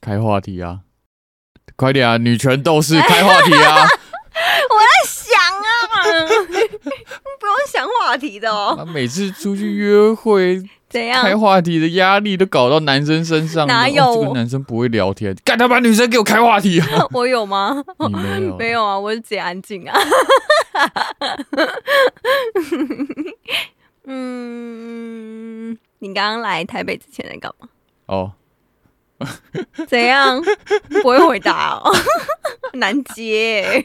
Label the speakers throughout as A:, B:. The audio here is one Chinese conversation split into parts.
A: 开话题啊，快点啊，女权斗士开话题啊！
B: 想啊， 不用想话题的 哦。
A: 那每次出去约会，
B: 怎
A: 开
B: 样？
A: 话题的压力都搞到男生身上了。
B: 哪
A: 哦
B: 有
A: 这个男生不会聊天，干他把女生给我开话题 啊！
B: 我有吗？
A: 你没有，
B: 没有啊，我是自己安静啊。 嗯，你刚刚来台北之前在干嘛？
A: 哦，
B: 怎样？不会回答哦， 难接。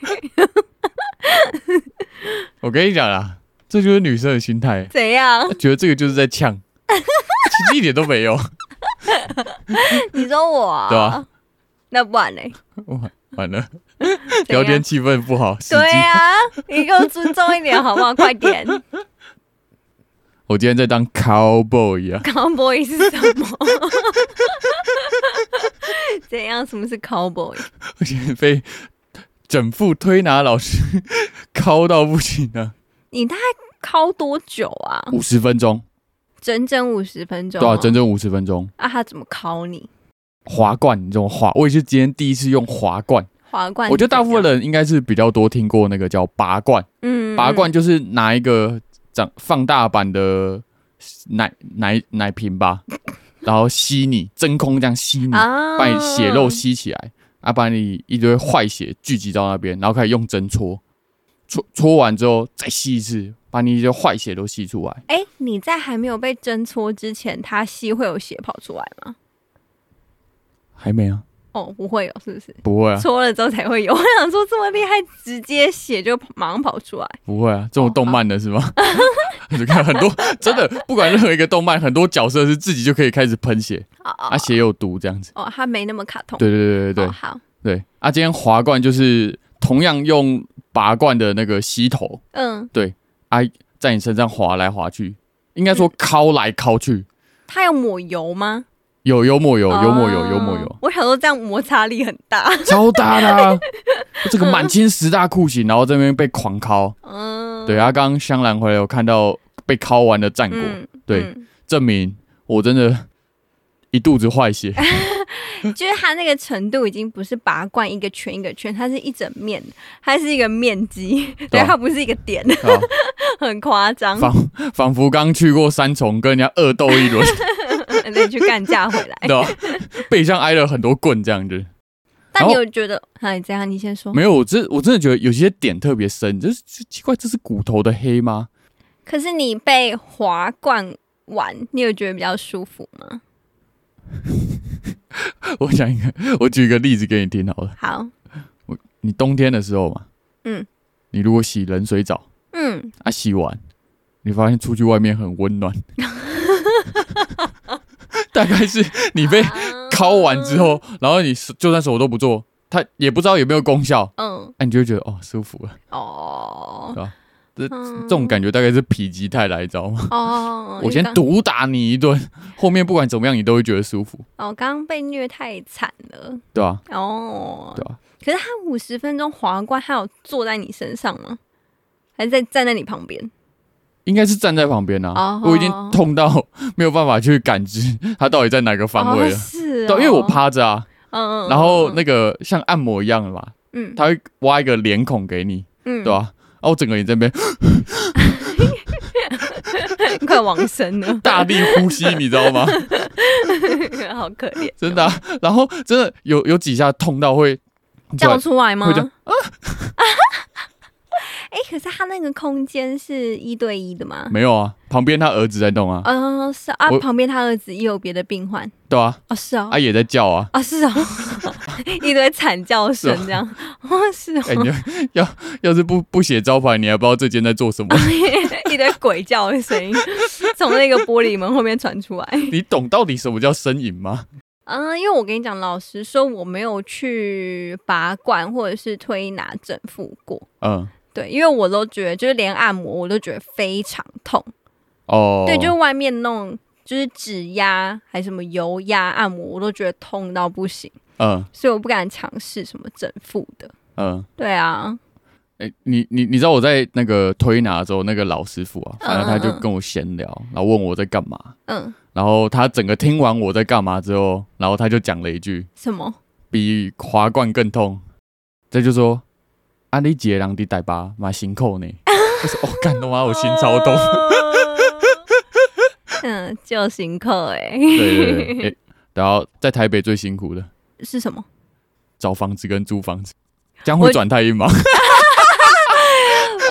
A: 我跟你讲啦，这就是女生的心态，
B: 怎样？
A: 觉得这个就是在 呛，其实一点都没有。
B: 你说我、啊？
A: 对啊
B: 那不然呢？
A: 完完了，
B: 哦怎
A: 聊
B: 样
A: 天气氛不好，时
B: 对
A: 机。
B: 啊，你给我尊重一点好不好？快点
A: 我今天在当 cowboy 啊，
B: ，cowboy 是什么？ 怎样？什么是 cowboy？
A: 我今天被整副推拿老师 敲到不行啊，
B: 你大概敲多久啊？
A: 五十分钟，
B: 整整五十分钟
A: 对
B: 哦、
A: 啊，整整五十分钟。
B: 啊，他怎么敲你？
A: 滑罐，你这种滑，我也是今天第一次用滑罐。
B: 滑罐？
A: 我觉得大部分，人应该是比较多听过那个叫拔罐，
B: 嗯
A: 拔罐就是拿一个长放大版的奶奶奶瓶吧，然后吸你，真空这样吸你，
B: 啊
A: 把你血肉吸起来，啊，把你一堆坏血聚集到那边，然后开始用针戳，戳戳完之后再吸一次，把你一堆坏血都吸出来。
B: 哎、你在还没有被针戳之前，它吸会有血跑出来吗？
A: 还没啊？
B: 哦，不会有，是不是？
A: 不会啊，
B: 戳了之后才会有。我想说这么厉害，直接血就马上跑出来。
A: 不会啊，这种动漫的是吗？
B: 哦
A: 你看很多真的，不管任何一个动漫，很多角色是自己就可以开始喷血，
B: 哦哦
A: 啊，血有毒这样子。
B: 哦，它没那么卡通。
A: 对对对对对
B: 哦好，
A: 对，啊，今天滑罐就是同样用拔罐的那个吸头
B: 嗯，
A: 在你身上滑来滑去，应该说
B: 嗯
A: 敲来敲去，
B: 它有抹油吗？
A: 有有抹油，
B: 哦
A: 有抹油，有抹油，。
B: 我想说这样摩擦力很大。
A: 超大的、啊，这个满清十大酷刑，然后这边被狂敲。
B: 嗯，
A: 对，啊，刚刚香兰回来，有看到被敲完的战果，
B: 嗯，
A: 对
B: 嗯
A: 证明我真的一肚子坏血。啊
B: 就是它那个程度已经不是拔罐一个圈一个圈，它是一整面，它是一个面 积，对，
A: 啊
B: 它不是一个点，
A: 啊
B: 很夸张。
A: 仿仿佛刚去过三重，跟人家恶斗一轮，
B: 那去干架回来
A: 对，吧？背上挨了很多棍，这样子。
B: 但你有觉得，哎，怎样？你先说。
A: 没有，我真我真的觉得有些点特别深，就是就奇怪，这是骨头的黑吗？
B: 可是你被滑罐完，你有觉得比较舒服吗？
A: 我想一个，我举一个例子给你听好了。
B: 好，
A: 你冬天的时候嘛，
B: 嗯，
A: 你如果洗冷水澡
B: 嗯，
A: 啊，洗完你发现出去外面很温暖，大概是你被
B: 啊
A: 敲完之后，
B: 嗯
A: 然后你就算什么都不做，它也不知道有没有功效，
B: 嗯，
A: 哎、你就会觉得哦舒服了。
B: 哦，
A: 这
B: 嗯
A: 这种感觉大概是否极泰来，知道吗？
B: 哦，
A: 我先
B: 你刚
A: 毒打你一顿，后面不管怎么样，你都会觉得舒服，
B: 哦，刚刚被虐太惨了，
A: 对吧、
B: 哦，
A: 对啊
B: 可是他五十分钟滑罐，他有坐在你身上吗？还是在站在你旁边？
A: 应该是站在旁边啊
B: 哦
A: 我已经痛到没有办法去感知它到底在哪个方位
B: 哦、
A: 了。
B: 是、哦，
A: 啊对，因为我，趴着啊，
B: 嗯，嗯
A: 然后那
B: 个，
A: 个像按摩一样的嘛，
B: 嗯
A: 它会挖一个脸孔给你，
B: 嗯，
A: 对吧、啊？然后我整个人这边
B: 快往生了，
A: 大力呼吸，你知道吗？
B: 好可怜，
A: 真的啊、然后真的有有几下痛到会
B: 叫出来吗？
A: 会 这样
B: 啊哎、可是他那个空间是一对一的吗？
A: 没有啊，旁边他儿子在动啊，
B: 嗯、是啊，
A: 我
B: 旁边他儿子也有别的病患
A: 对啊，
B: 哦，是哦，
A: 啊也在叫啊，
B: 啊是哦， 一堆惨叫声这样，哦是哦，
A: 哎、你 要要要是不不写招牌，你还不知道这间在做什么，
B: 一堆鬼叫的声 音从那个玻璃门后面传出来。
A: 你懂到底什么叫呻吟吗？
B: 嗯，因为我跟你讲，老实说，我没有去拔罐或者是推拿整复过。
A: 嗯，
B: 对，因为我都觉得，就是连按摩我都觉得非常痛。
A: 哦，
B: 对，就是外面弄，就是指压还是什么油压按摩，我都觉得痛到不行，
A: 嗯
B: 所以我不敢尝试什么整复的。
A: 嗯，
B: 对啊，
A: 哎、你你你知道我在那个推拿的时候，那个老师傅啊，反正他
B: 嗯嗯
A: 就
B: 嗯
A: 跟我闲聊，然后问我在干嘛，
B: 嗯，
A: 然后他整个听完我在干嘛之后，然后他就讲了一句
B: 什么？
A: 比滑罐更痛，这就说啊，你姐人伫台巴蛮辛苦 呢。我说哦，干他妈，我心超痛。
B: 哦嗯，就辛苦哎、
A: 对对对，诶然后在台北最辛苦的
B: 是什么？
A: 找房子跟租房子，将会
B: 我
A: 转太阴吗？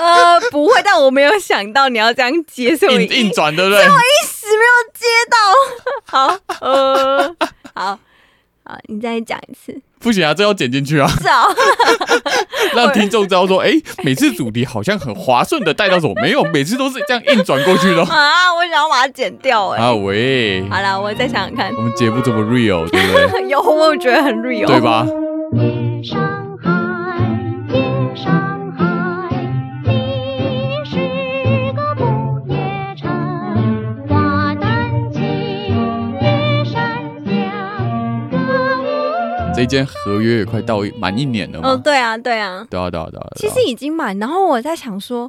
B: 呃，不会，但我没有想到你要这样接，所以我
A: 硬
B: 一
A: 硬转对不对？
B: 一时没有接到。好，呃，好，好，你再讲一次，
A: 不行啊，这要剪进去 啊，
B: 是哦，
A: 让听众知道说，哎，每次主题好像很划顺的带到什么，没有，每次都是这样硬转过 去的哦。
B: 啊，我想要把它剪掉哎、
A: 啊喂，
B: 好了，我再想想看。
A: 我们节目这么 real，对不对？
B: 有，我觉得很 real，
A: 对？吧？
C: 夜上海，夜上海，你是个不夜城。花灯起，月山下，歌舞。
A: 这间合约也快到一满一年了
B: 哦，
A: 嘛。
B: 对啊，对啊，
A: 对啊，对啊，对啊。对
B: 其
A: 啊
B: 实已经满。然后我在想说，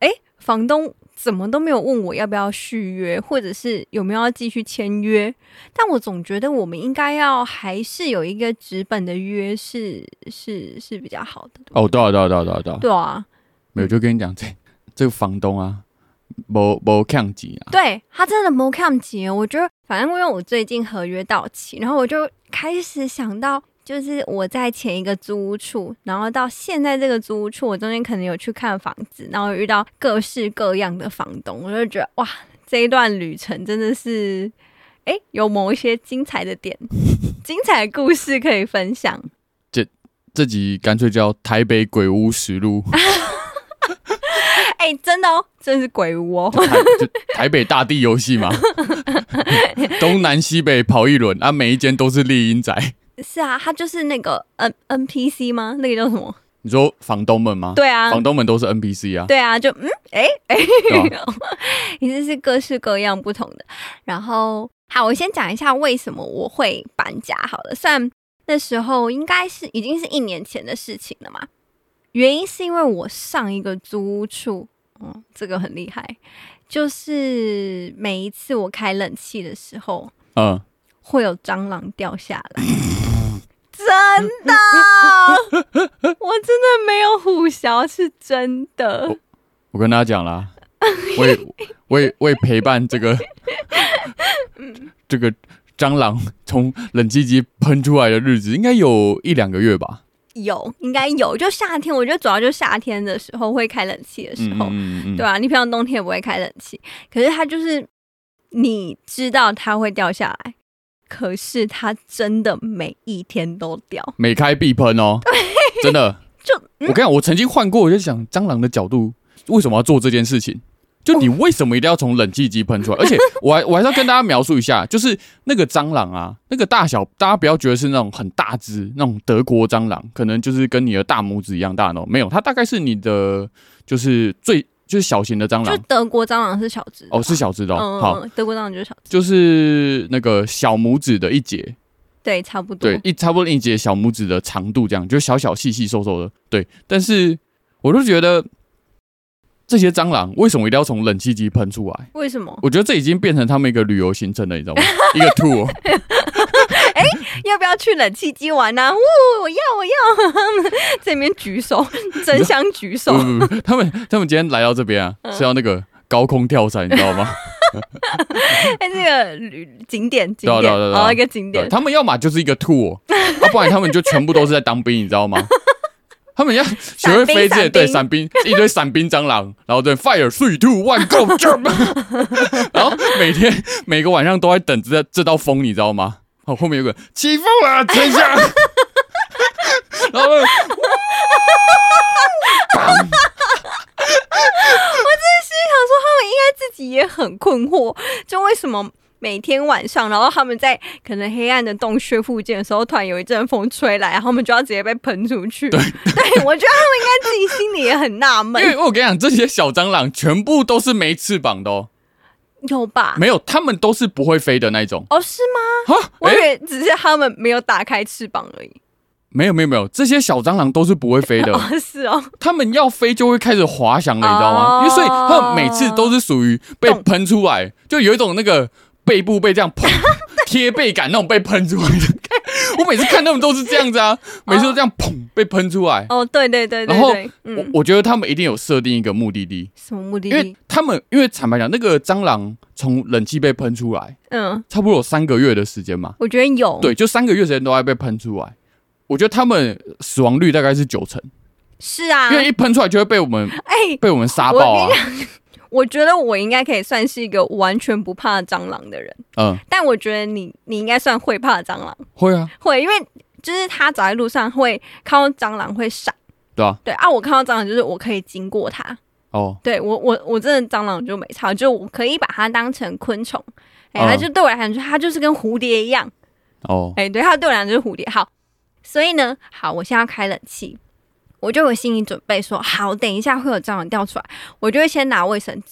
B: 哎，房东怎么都没有问我要不要续约，或者是有没有要继续签约？但我总觉得我们应该要还是有一个纸本的约是是是比较好的。
A: 哦，对啊，对啊，对啊，对啊，对啊，
B: 对啊，
A: 没有，就跟你讲，这这个房东啊，没没抗击啊，
B: 对他真的没看起，我觉得反正因为我最近合约到期，然后我就开始想到，就是我在前一个租屋处，然后到现在这个租屋处，我中间可能有去看房子，然后遇到各式各样的房东，我就觉得哇，这一段旅程真的是，哎，有某一些精彩的点， 精彩的故事可以分享。
A: 这集干脆叫《台北鬼屋实录》
B: 哎，真的哦，真是鬼屋哦。
A: 台， 就台北大地游戏嘛，东南西北跑一轮啊，每一间都是丽英宅。
B: 是啊，他就是那个 N NPC 吗？那个叫什么？
A: 你说房东们吗？、
B: 对啊，
A: 房东们都是 NPC 啊，
B: 对啊，就嗯，哎、哎，
A: 对
B: 其实是各式各样不同的。然后，好，我先讲一下为什么我会搬家好了。虽然那时候应该是已经是一年前的事情了嘛，原因是因为我上一个租屋处，嗯，这个很厉害，就是每一次我开冷气的时候，
A: 嗯，
B: 会有蟑螂掉下来。真的， 我真的没有胡淆，是真的。
A: 我跟大家讲啦，为为为陪伴这个这个蟑螂从冷气机喷出来的日子，应该有一两个月吧。
B: 有，应该有。就夏天，我觉得主要就夏天的时候会开冷气的时候，
A: 嗯嗯
B: 对啊，你平常冬天也不会开冷气，可是它就是你知道它会掉下来，可是它真的每一天都掉，
A: 每开必喷 哦，真的。
B: 就
A: 我跟你讲，我曾经换过，我就想蟑螂的角度为什么要做这件事情？就你为什么一定要从冷气机喷出来？
B: 哦
A: 而且我还我还是要跟大家描述一下， 就是那个蟑螂啊，那个大小，大家不要觉得是那种很大只那种德国蟑螂，可能就是跟你的大拇指一样大那种，没有，它大概是你的就是最就是小型的蟑
B: 就
A: 螂
B: 德国蟑螂是小只的
A: 哦，是
B: 吧
A: 小只的、哦，
B: 嗯，
A: 好，
B: 嗯德国蟑螂就是小只，
A: 就是那个小拇指的一节，
B: 对，差不多
A: 对，，一差不多一节小拇指的长度，这样就小小细细瘦瘦的。对，但是我就觉得这些蟑螂为什么一定要从冷气机喷出来？
B: 为什么？
A: 我觉得这已经变成他们一个旅游行程了，你知道吗？一个 tour，
B: 要不要去冷气机玩呢、啊？呜，我要，我要， 这边 举手，争相举手
A: 不，不不，他们他们今天来到这边啊，是要那个高空跳伞，你知道吗？
B: 哎，这个旅景点，景
A: 对啊
B: 点，
A: 对啊对啊
B: 哦，一个景点
A: 对，，他们要么就是一个 tour，啊，不然他们就全部都是在当兵，你知道吗？ 他们要学会飞
B: 伞
A: 这
B: 兵
A: 对
B: 伞
A: 伞兵一堆伞兵蟑螂，然后对 fire three two one go jump，然 后每天每个晚上都在等着这道风，你知道吗？哦，后面有个起风了，天下， 然后
B: 想说他们应该自己也很困惑，就为什么每天晚上，然后他们在可能黑暗的洞穴附近的时候，突然有一阵风吹来，然后他们就要直接被喷出去。对，我觉得他们应该自己心里也很纳
A: 因为
B: 闷，
A: 我跟你讲，这些小蟑螂全部都是没翅膀的哦，
B: 有吧？
A: 没有，他们都是不会飞的那一种。
B: 哦，是吗？
A: 哈，
B: 我以
A: 哎，
B: 为只是他们没有打开翅膀而已。
A: 没有没有没有，这些小蟑螂都是不会飞 的，
B: 哦，是哦，
A: 它们要飞就会开始滑翔了，你知道吗？因为所以它们每次都是属于被
B: 懂
A: 喷出来，就有一种那个背部被这样 砰贴背感那种被喷出来的。我每次看他们都是这样子啊，每次都这样砰被喷出来。
B: 哦，对对对对
A: 然后
B: 对，
A: 我
B: 嗯，
A: 我觉得他们一定有设定一个目的地，
B: 什么目的
A: 因为
B: 地？
A: 他们因为坦白讲，那个蟑螂从冷气被喷出来，
B: 嗯，
A: 差不多有三个月的时间嘛，
B: 我觉得有，
A: 对，就三个月时间都在被喷出来。我觉得他们死亡率大概是九成，
B: 是啊
A: 因，为一喷出来就会被我们
B: 哎，
A: 被我们杀爆啊
B: 我。我觉得我应该可以算是一个完全不怕蟑螂的人，
A: 嗯，
B: 但我觉得你你应该算会怕蟑螂，
A: 会啊，
B: 会，因为就是他走在路上会看到蟑螂会闪，
A: 对啊，
B: 对啊，我看到蟑螂就是我可以经过它，
A: 哦，
B: 对我我我真的蟑螂就没差，就我可以把它当成昆虫，哎、它
A: 嗯
B: 就对我来讲，它就是跟蝴蝶一样，
A: 哦，
B: 哎、对，它对我来讲就是蝴蝶。好，所以呢，好，我现在要开冷气，我就有心理准备说，好，等一下会有蟑螂掉出来，我就会先拿卫生纸。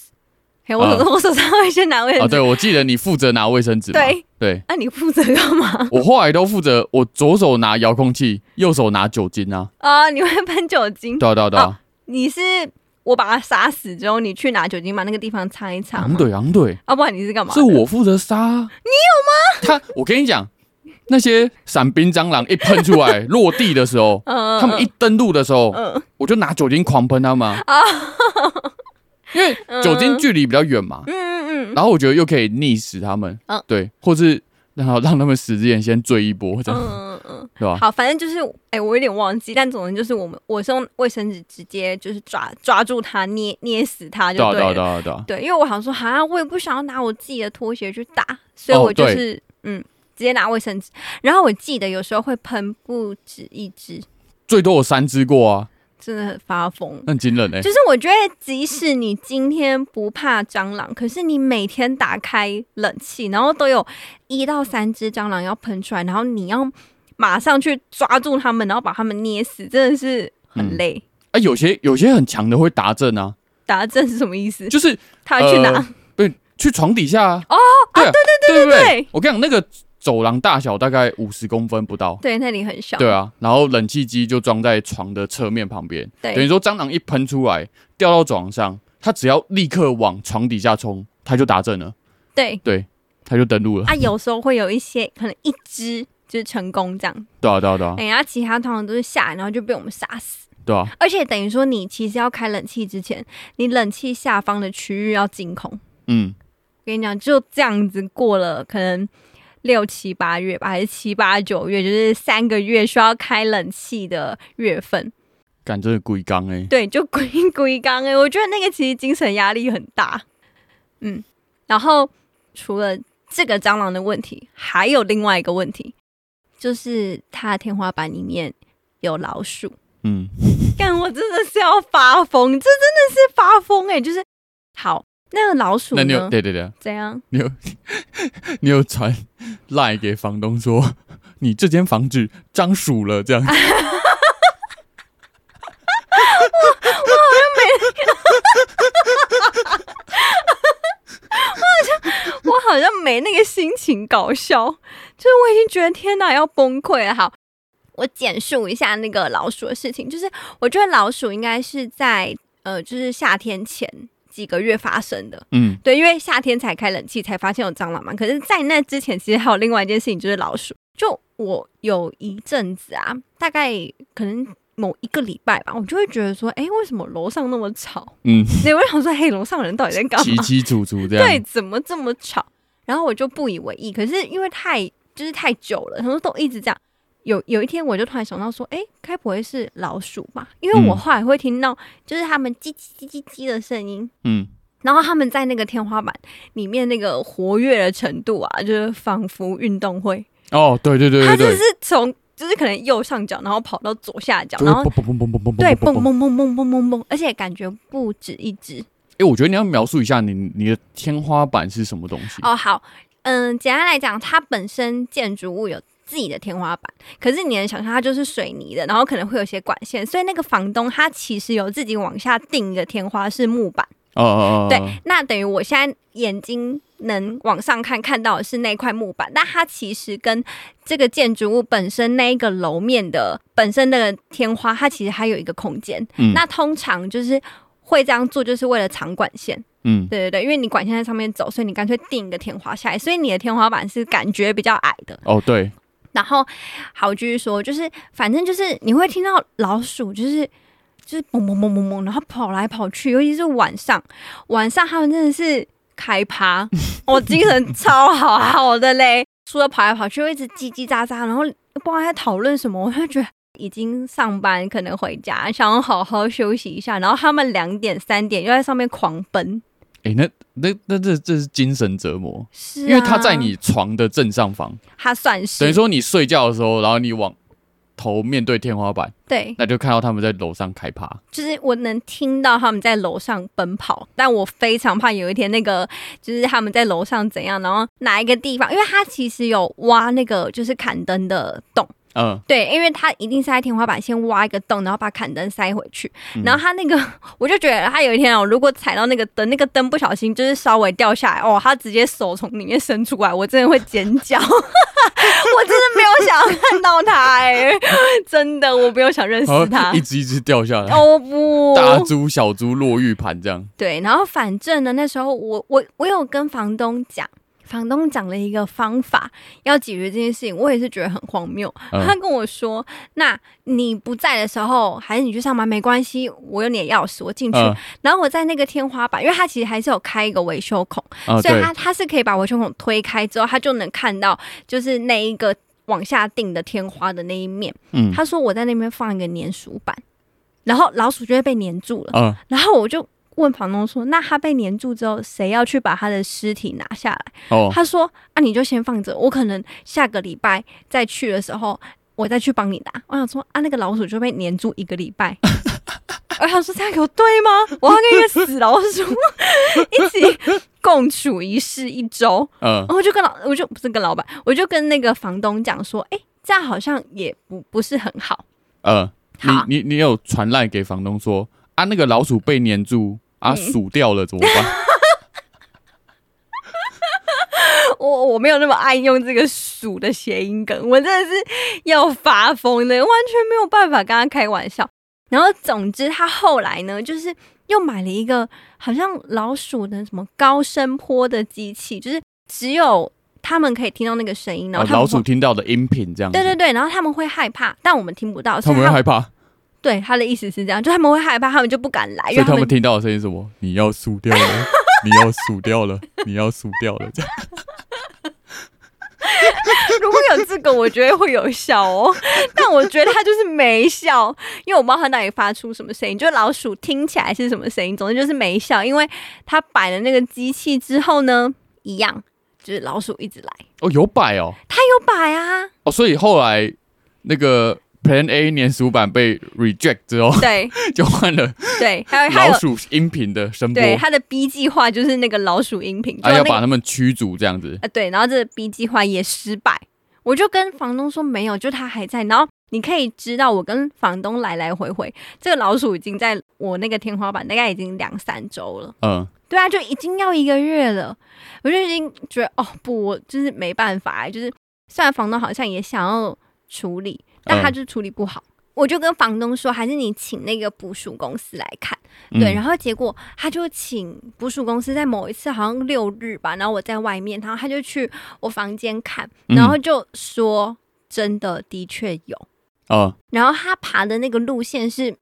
B: 哎、我手、
A: 嗯
B: 我手上会先拿卫
A: 啊，
B: 生纸，
A: 对，我记得你负责拿卫生纸嘛，
B: 对，啊
A: 对
B: 那、你负责干嘛？
A: 我后来都负责，我左手拿遥控器，右手拿酒精啊，
B: 啊、你会喷酒精？
A: 对啊，对啊，对
B: 哦
A: 啊，
B: 你是我把它杀死之后，你去拿酒精把那个地方擦一擦
A: 昂嗯
B: 吗？
A: 对昂对，
B: 啊，不然你是干嘛的？
A: 是我负责杀啊，你有吗？他，我跟你讲，那些伞兵蟑螂一喷出来 落地的时候，
B: 嗯，嗯
A: 他们一登陆的时候，
B: 嗯哦
A: 我就拿酒精狂喷他们啊，因为酒精距离比较远嘛，
B: 嗯嗯嗯嗯，
A: 然后我觉得又可以溺死他们
B: 嗯，
A: 对，或是然后让他们死之前先醉一波，这
B: 嗯
A: 样
B: 嗯嗯。
A: 对吧？
B: 好，反正就是，哎、我有点忘记，但总之就是我们，我是用卫生纸直接就是抓抓住它，捏捏死它就
A: 对啊，
B: 对
A: 对啊，
B: 了。
A: 对啊，对啊，
B: 对，因为我想说，哈，我也不想要拿我自己的拖鞋去打，所以
A: 哦
B: 我就
A: 对
B: 是、嗯，直接拿卫生纸。然后我记得有时候会喷不止一支，
A: 最多有三只过啊，
B: 真的很发疯。
A: 那很惊人哎、
B: 就是我觉得，即使你今天不怕蟑螂，可是你每天打开冷气，然后都有一到三只蟑螂要喷出来，然后你要马上去抓住它们，然后把它们捏死，真的是很累。
A: 啊，有些有些很强的会达阵啊，
B: 打针是什么意思？
A: 就是
B: 它要去哪？
A: 呃不是去床底下啊。哦，对啊对对对
B: 对
A: 对
B: 对
A: 我跟你讲，那个走廊大小大概五十公分不到。
B: 对，那里很小。
A: 对啊，然后冷气机就装在床的侧面旁边，
B: 对
A: 等于说蟑螂一喷出来掉到床上，它只要立刻往床底下冲，它就达阵了，
B: 对
A: 它就登陆了。
B: 啊，有时候会有一些可能一只就是成功这样，
A: 对啊，对啊，对啊，
B: 哎、然后其他通常都是下来，然后就被我们杀死。
A: 对啊，
B: 而且等于说，你其实要开冷气之前，你冷气下方的区域要净空。
A: 嗯，
B: 我跟你讲，就这样子过了，可能六七八月吧，还是七八九月，就是三个月需要开冷气的月份。
A: 干真的龟缸哎，
B: 对，就鬼鬼刚哎，我觉得那个其实精神压力很大。嗯，然后除了这个蟑螂的问题，还有另外一个问题，就是它的天花板里面有老鼠。
A: 嗯，
B: 干，我真的是要发疯，这真的是发疯哎、就是好，那个老鼠
A: 那你有
B: 呢？
A: 对对对，
B: 怎样？
A: 你有你有传 赖给房东说你这间房子张鼠了这样，
B: 啊我好像没那个心情搞笑，就是我已经觉得天哪要崩溃了。好，我简述一下那个老鼠的事情，就是我觉得老鼠应该是在呃，就是夏天前几个月发生的。
A: 嗯，
B: 对，因为夏天才开冷气，才发现有蟑螂嘛。可是，在那之前，其实还有另外一件事情，就是老鼠。就我有一阵子啊，大概可能某一个礼拜吧，我就会觉得说，哎、为什么楼上那么吵？
A: 嗯，
B: 对，我想说，嘿，楼上人到底在干嘛？
A: 起起楚楚这
B: 对，
A: 样。
B: 怎么这么吵？然后我就不以为意，可是因为太就是太久了，他说都一直这样。有有一天，我就突然想到说，哎，该不会是老鼠吧？因为我
A: 嗯
B: 后来会听到就是它们叽叽叽叽叽的声音，
A: 嗯，
B: 然后它们在那个天花板里面那个活跃的程度啊，就是仿佛运动会，
A: 哦，对对对
B: 它
A: 对
B: 就
A: 对
B: 是，从就是可能右上角，然后跑到左下角，
A: 就会
B: 然后
A: 嘣嘣嘣嘣嘣嘣，
B: 对蹦。蹦蹦蹦蹦蹦蹦，而且感觉不止一只。
A: 哎，我觉得你要描述一下你你的天花板是什么东西。
B: 哦，好，嗯，简单来讲，它本身建筑物有自己的天花板，可是你能想象它就是水泥的，然后可能会有些管线，所以那个房东他其实有自己往下定一个天花是木板。
A: 哦哦哦，
B: 对，那等于我现在眼睛能往上看看到的是那块木板，但它其实跟这个建筑物本身那一个楼面的本身的天花，它其实还有一个空间。
A: 嗯
B: 那通常就是会这样做，就是为了藏管线。
A: 嗯，
B: 对对对，因为你管线在上面走，所以你干脆定一个天花下来，所以你的天花板是感觉比较矮的。
A: 哦对，
B: 然后好继续说，就是反正就是你会听到老鼠就是。就是嘣嘣嘣嘣嘣，然后跑来跑去，尤其是晚上，晚上他们真的是 开趴，我、精神超好好的嘞。除了跑来跑去，会一直叽叽喳喳，然后不知道在讨论什么，我就觉得已经上班可能回家，想要好好休息一下。然后他们两点三点又在上面狂奔，
A: 哎、那那那这这是精神折磨，
B: 是、啊、
A: 因为它在你床的正上方，
B: 他算是
A: 等于说你睡觉的时候，然后你往头面对天花板，
B: 对，
A: 那就看到他们在楼上开趴。
B: 就是我能听到他们在楼上奔跑，但我非常怕有一天那个就是他们在楼上怎样，然后哪一个地方，因为它其实有挖那个就是砍灯的洞，
A: 嗯，
B: 对，因为它一定是在天花板先挖一个洞，然后把砍灯塞回去，
A: 嗯
B: 然后它那个我就觉得它有一天哦，如果踩到那个灯，那个灯不小心就是稍微掉下来，哦，它直接手从里面伸出来，我真的会尖 叫，我真的没有想要看到它、哎，真的我没有想认
A: 然后
B: 识它
A: 一。只一只掉下来，
B: 哦不，
A: 哎大猪小猪落玉盘这样。
B: 对，然后反正呢，那时候我我我有跟房东讲，房东讲了一个方法要解决这件事情，我也是觉得很荒谬。
A: 嗯
B: 他跟我说，那你不在的时候，还是你去上班没关系，我有你的钥匙，我进去。
A: 嗯
B: 然后我在那个天花板，因为它其实还是有开一个维修孔，
A: 啊，
B: 所以
A: 对，
B: 它它是可以把维修孔推开之后，它就能看到就是那一个往下定的天花的那一面。
A: 嗯
B: 他说我在那边放一个粘鼠板，然后老鼠就会被粘住了。
A: 嗯，
B: 然后我就问房东说：“那他被粘住之后，谁要去把他的尸体拿下来？”
A: 哦，
B: 他说：“啊，你就先放着，我可能下个礼拜再去的时候，我再去帮你拿。”我想说：“啊，那个老鼠就被粘住一个礼拜。” 我想说：“这样有对吗？我要跟一个死老鼠 一起共处一室一周。”
A: 嗯
B: 然，后我就跟老，我就不是跟老板，我就跟那个房东讲说：“哎、这样好像也不不是很好。”
A: 呃，你
B: 好
A: 你你有传赖给房东说啊，那个老鼠被粘住
B: 嗯
A: 啊，鼠掉了怎么办？
B: 我我没有那么爱用这个“鼠”的谐音梗，我真的是要发疯的，完全没有办法跟他开玩笑。然后，总之，他后来呢，就是又买了一个好像老鼠的什么高声波的机器，就是只有他们可以听到那个声音， 然
A: 啊
B: 后他们
A: 老
B: 会、
A: 鼠听到的音频这样子，
B: 对对对，然后他们会害怕，但我们听不到，
A: 他
B: 所以
A: 们会害怕，
B: 对他的意思是这样，就他们会害怕，他们就不敢来，
A: 所
B: 因为
A: 以
B: 他
A: 他
B: 们
A: 们听到的声音是什么？你要输掉了， 你要输掉 了，你要输掉了，这样
B: 如果有这个，我觉得会有效哦。 但我觉得他就是没效，因为我不知道他到底发出什么声音，就是老鼠听起来是什么声音，总之就是没效。因为他摆了那个机器之后呢，一样就是老鼠一直来，
A: 哦，有摆哦，
B: 他有摆啊，
A: 哦，所以后来那个 Plan A 粘鼠版被 reject 之后，
B: 对
A: 就换了
B: 对，还哎有还
A: 老
B: 有。
A: 鼠音频的声波，
B: 对他的 B 计划就是那个老鼠音频，就
A: 啊，
B: 那
A: 要
B: 个
A: 把他们驱逐这样子，
B: 呃，对，然后这个 B 计划也失败，我就跟房东说没有，就他还在。然后你可以知道，我跟房东来来回回，这个老鼠已经在我那个天花板大概已经两三周了，
A: 嗯，
B: 对啊，就已经要一个月了，我就已经觉得哦不，我就是没办法，欸就是虽然房东好像也想要处理，但他
A: 嗯
B: 就是处理不好。我就跟房东说，还是你请那个捕鼠公司来看。对，然
A: 后
B: 后结果他就请捕鼠公司在某一次好像六日吧，然后我在外面，然后他就去我房间看，
A: 嗯
B: 然后就说真的的确有，
A: 啊，
B: 然后他爬的那个路线是，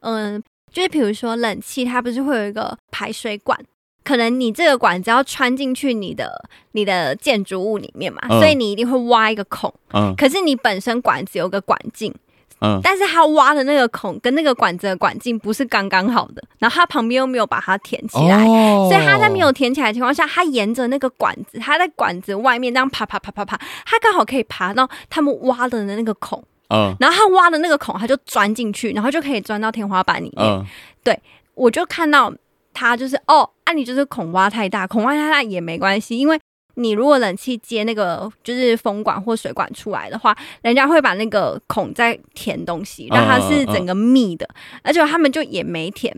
B: 嗯、就是比如说冷气，它不是会有一个排水管。可能你这个管只要穿进去你的你的建筑物里面嘛，
A: 嗯
B: 所以你一定会挖一个孔。
A: 嗯
B: 可是你本身管子有个管径，
A: 嗯，
B: 但是他挖的那个孔跟那个管子的管径不是刚刚好的，然后他旁边又没有把它填起来，
A: 哦
B: 所以他在没有填起来的情况下，他沿着那个管子，他在管子外面这样爬爬爬爬爬，他刚好可以爬到他们挖的那个孔，
A: 嗯
B: 然后他挖的那个孔他就钻进去，然后就可以钻到天花板里面。
A: 嗯
B: 我就看到他就是哦，啊你就是孔挖太大，孔挖太大也没关系，因为你如果冷气接那个就是风管或水管出来的话，人家会把那个孔再填东西，让它是整个密的，而且他们就也没填。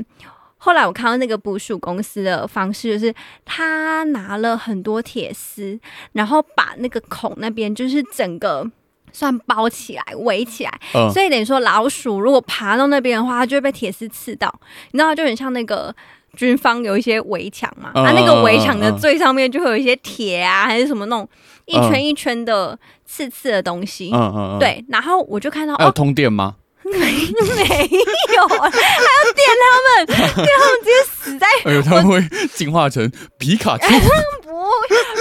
B: 后来我看到那个捕鼠公司的方式，就是他拿了很多铁丝，然后把那个孔那边就是整个算包起来、围起来，
A: 嗯，
B: 所以等于说老鼠如果爬到那边的话，它就会被铁丝刺到，你知道，就很像那个。军方有一些围墙嘛，
A: 嗯
B: 啊，那
A: 嗯嗯
B: 个围墙
A: 嗯
B: 的
A: 嗯
B: 最上面就会有一些铁啊，还是什么那种一
A: 嗯
B: 圈一圈的刺刺的东西。
A: 嗯嗯嗯，，哎
B: 对，然后我就看到
A: 还有
B: 哦，
A: 通电吗？
B: 没有啊，
A: 哎呦，它会进化成皮卡丘。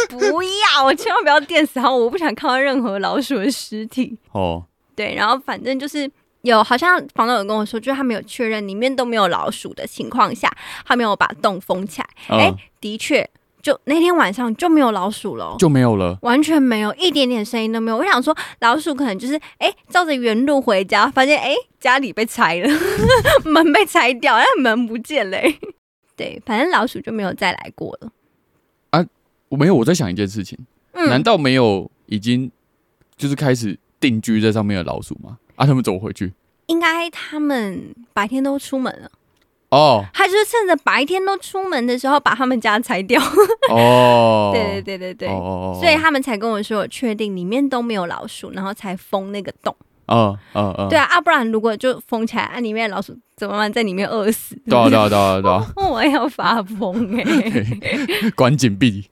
B: 不，不要，我千万不要电死它，我不想看到任何老鼠的尸体。
A: 哦，
B: 对，然后反正就是有，好像房东有跟我说，就是他没有确认里面都没有老鼠的情况下，他没有把洞封起来。
A: 嗯
B: 哎、的确，就那天晚上就没有老鼠了哦。
A: 就没有了。
B: 完全没有，一点点声音都没有。我想说，老鼠可能就是哎、照着原路回家，发现哎、家里被拆了， 门被拆掉，但门不见了、哎 对，反正老鼠就没有再来过了。
A: 我没有，我在想一件事情，难
B: 嗯，
A: 道没有已经就是开始定居在上面的老鼠吗？啊，他们走回去
B: 应该他们白天都出门了，
A: 哦
B: 他就是趁着白天都出门的时候把他们家拆掉。
A: 哦，
B: 对对对对对，
A: 哦哦哦，
B: 所以他们才跟我说有确定里面都没有老鼠，然后才封那个洞。
A: 嗯嗯嗯，
B: 对啊，啊不然如果就封起来，啊里面的老鼠怎么办？在里面饿死？
A: 对啊
B: 哦
A: 对啊对啊对 啊，
B: 我要发疯 哎、
A: 对关紧闭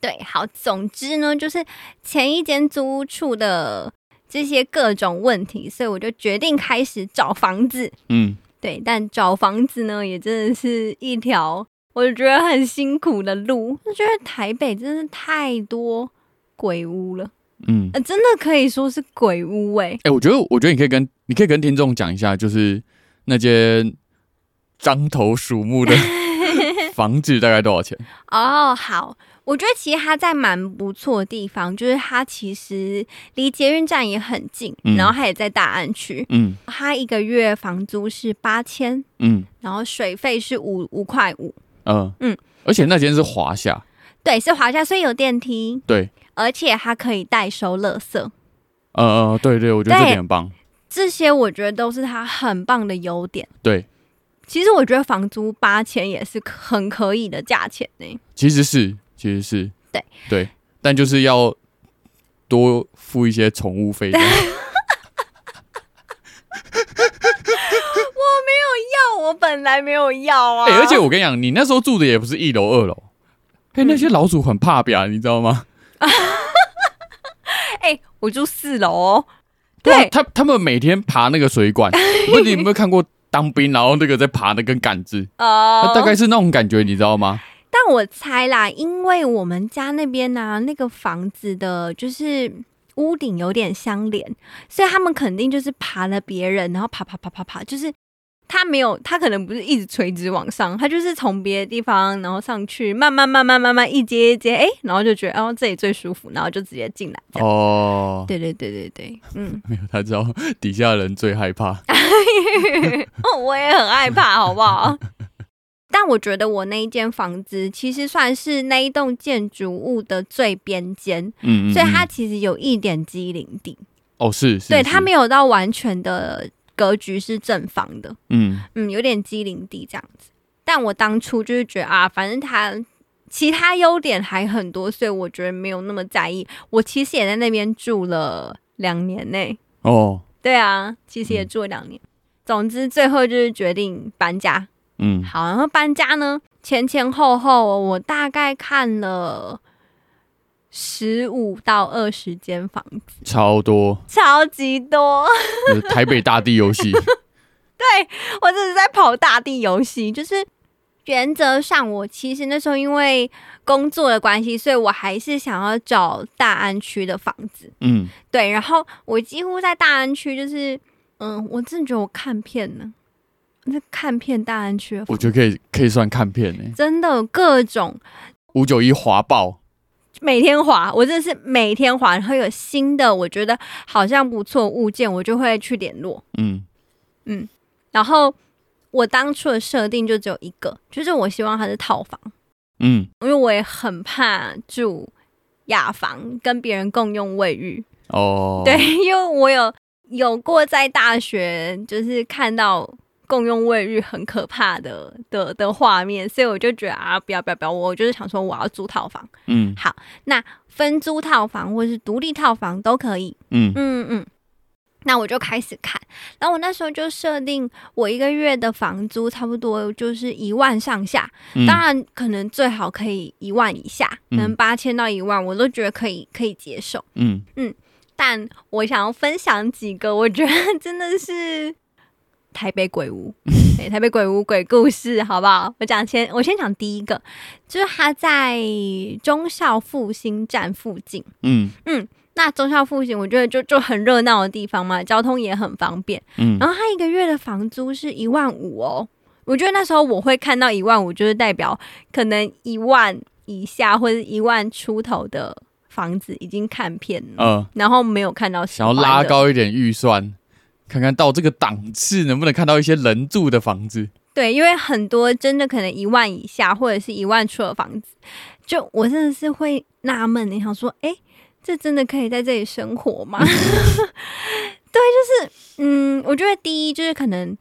B: 对，好，总之呢，就是前一间租屋处的这些各种问题，所以我就决定开始找房子。
A: 嗯，
B: 对，但找房子呢，也真的是一条我觉得很辛苦的路。就觉得台北真是太多鬼屋了，
A: 嗯，
B: 呃，真的可以说是鬼屋哎、
A: 哎、我觉得，我觉得你可以跟你可以跟听众讲一下，就是那间獐头鼠目的 房子大概多少钱？
B: 哦，好，我觉得其实它在蛮不错的地方，就是它其实离捷运站也很近，
A: 嗯
B: 然后它也在大安区，
A: 嗯
B: 它一个月房租是八千，
A: 嗯
B: 然后水费是五五块五，
A: 嗯嗯
B: 嗯，
A: 而且那间是华夏，
B: 对，是华夏，所以有电梯，
A: 对，
B: 而且它可以代收垃圾，
A: 呃呃，对对，我觉得这
B: 对
A: 点很棒，
B: 这些我觉得都是它很棒的优点。
A: 对，
B: 其实我觉得房租八千也是很可以的价钱欸呢、
A: 其实是其实是
B: 对
A: 对，但就是要多付一些宠物费，
B: 要我本来没有要啊
A: 哎、而且我跟你讲，你那时候住的也不是一楼二楼，哎、那
B: 嗯
A: 些老鼠很怕表，你知道吗？
B: 哎、我住四楼哦，
A: 哇
B: 对，
A: 他他们每天爬那个水 管，不是你有没有看过当兵，然后那个在爬那根杆子，
B: 呃
A: 那大概是那种感觉，你知道吗？
B: 但我猜啦，因为我们家那边呢、那个房子的就是屋顶有点相连，所以他们肯定就是爬了别人，然后爬爬爬爬爬，就是他没有，他可能不是一直垂直往上，他就是从别的地方然后上去，慢慢慢慢慢慢一阶一阶，哎、然后就觉得哦这里最舒服，然后就直接进来这样。
A: 哦，
B: 对对对对对，嗯，
A: 没有，他知道底下人最害怕。
B: 啊 哦，我也很害怕，好不好？但我觉得我那一间房子其实算是那一栋建筑物的最边间，
A: 嗯，嗯
B: 所以它
A: 嗯
B: 其实有一点机灵地，
A: 哦是，是
B: 对，
A: 是
B: 它没有到完全的格局是正方的，
A: 嗯
B: 嗯，有点机灵地这样子。但我当初就是觉得啊，反正它其他优点还很多，所以我觉得没有那么在意。我其实也在那边住了两年呢、
A: 哦
B: 对啊，其实也住了两年。总之，最后就是决定搬家。
A: 嗯
B: 好，然后搬家呢，前前后后我大概看了十五到二十间房子
A: 超多，
B: 超级多，
A: 就是台北大地游戏
B: 我真的是在跑大地游戏。就是原则上，我其实那时候因为工作的关系，所以我还是想要找大安区的房子。
A: 嗯
B: 对，然后我几乎在大安区，就是嗯，我真的觉得我看片呢，那看片大安区的
A: 我
B: 房
A: 觉得可以可以算看片呢。
B: 真的有各种
A: 五九一滑爆，
B: 每天滑，我真的是每天滑，然后有新的我觉得好像不错物件，我就会去联络。
A: 嗯
B: 然后我当初的设定就只有一个，就是我希望它是套房，
A: 嗯
B: 因为我也很怕住雅房跟别人共用卫浴。
A: 哦，
B: 对，因为我有有过在大学就是看到共用卫浴很可怕的的的画面，所以我就觉得啊，不要不要不要，我就是想说我要租套房，
A: 嗯
B: 分租套房或是独立套房都可以。
A: 嗯
B: 嗯嗯，那我就开始看，然后我那时候就设定我一个月的房租差不多就是一万上下，
A: 嗯，
B: 当然可能最好可以一万以下，可
A: 嗯
B: 能八千到一万我都觉得可以可以接受。
A: 嗯，
B: 但我想要分享几个，我觉得真的是台北鬼 屋，对，台北鬼屋鬼故事，好不好？我讲先，我先讲第一个，就是他在忠孝复兴站附近。
A: 嗯
B: 那忠孝复兴，我觉得就就很热闹的地方嘛，交通也很方便。
A: 嗯
B: 然后他一个月的房租是一万五哦，我觉得那时候我会看到一万五，就是代表可能一万以下或者一万出头的房子已经看遍了。
A: 呃，
B: 然后没有看到喜
A: 想要
B: 欢的
A: 拉，高一点预算，看看到这个档次能不能看到一些人住的房子。
B: 对，因为很多真的可能一万以下或者是一万出的房子，就我真的是会纳闷，你想说，哎，这真的可以在这里生 活吗？对， 就是嗯，我觉得第一就是可能。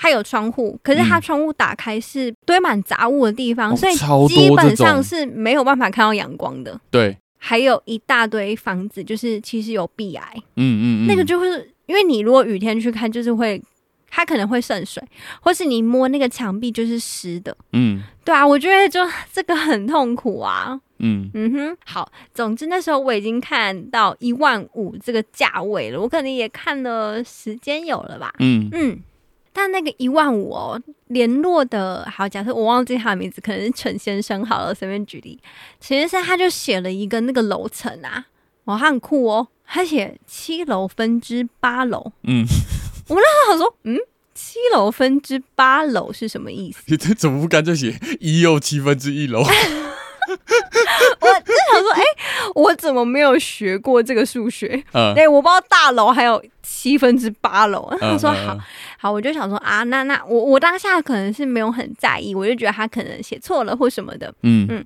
B: 它有窗户，可是它
A: 嗯
B: 窗户打开是堆满杂物的地方，
A: 哦
B: 所以
A: 超多
B: 基本
A: 这种
B: 上是没有办法看到阳光的。
A: 对，
B: 还有一大堆房子，就是其实有壁癌，
A: 嗯嗯嗯，
B: 那个就是因为你如果雨天去看，就是会它可能会渗水，或是你摸那个墙壁就是湿的。
A: 嗯
B: 对啊，我觉得就 这个很痛苦啊。
A: 嗯
B: 嗯哼，好，总之那时候我已经看到一万五这个价位了，我可能也看了时间有了吧。
A: 嗯
B: 嗯，但那个一万五哦，联络的好，假设我忘记他的名字，可能是陈先生好了，随便举例。陈先生他就写了一个那个楼层啊，哇，他很酷哦，他写七楼分之八楼。
A: 嗯，
B: 他想说，嗯，七楼分之八楼是什么 意思？
A: 你这怎么不干脆写一又七分之一 楼？
B: 他想说，哎、我怎么没有学过这个数学？
A: 呃
B: 对，我不知道大楼还有七分之八楼。他
A: 呃
B: 说
A: 呃
B: 好，好，我就想说啊，那那我我当下可能是没有很在意，我就觉得他可能写错了或什么的。
A: 嗯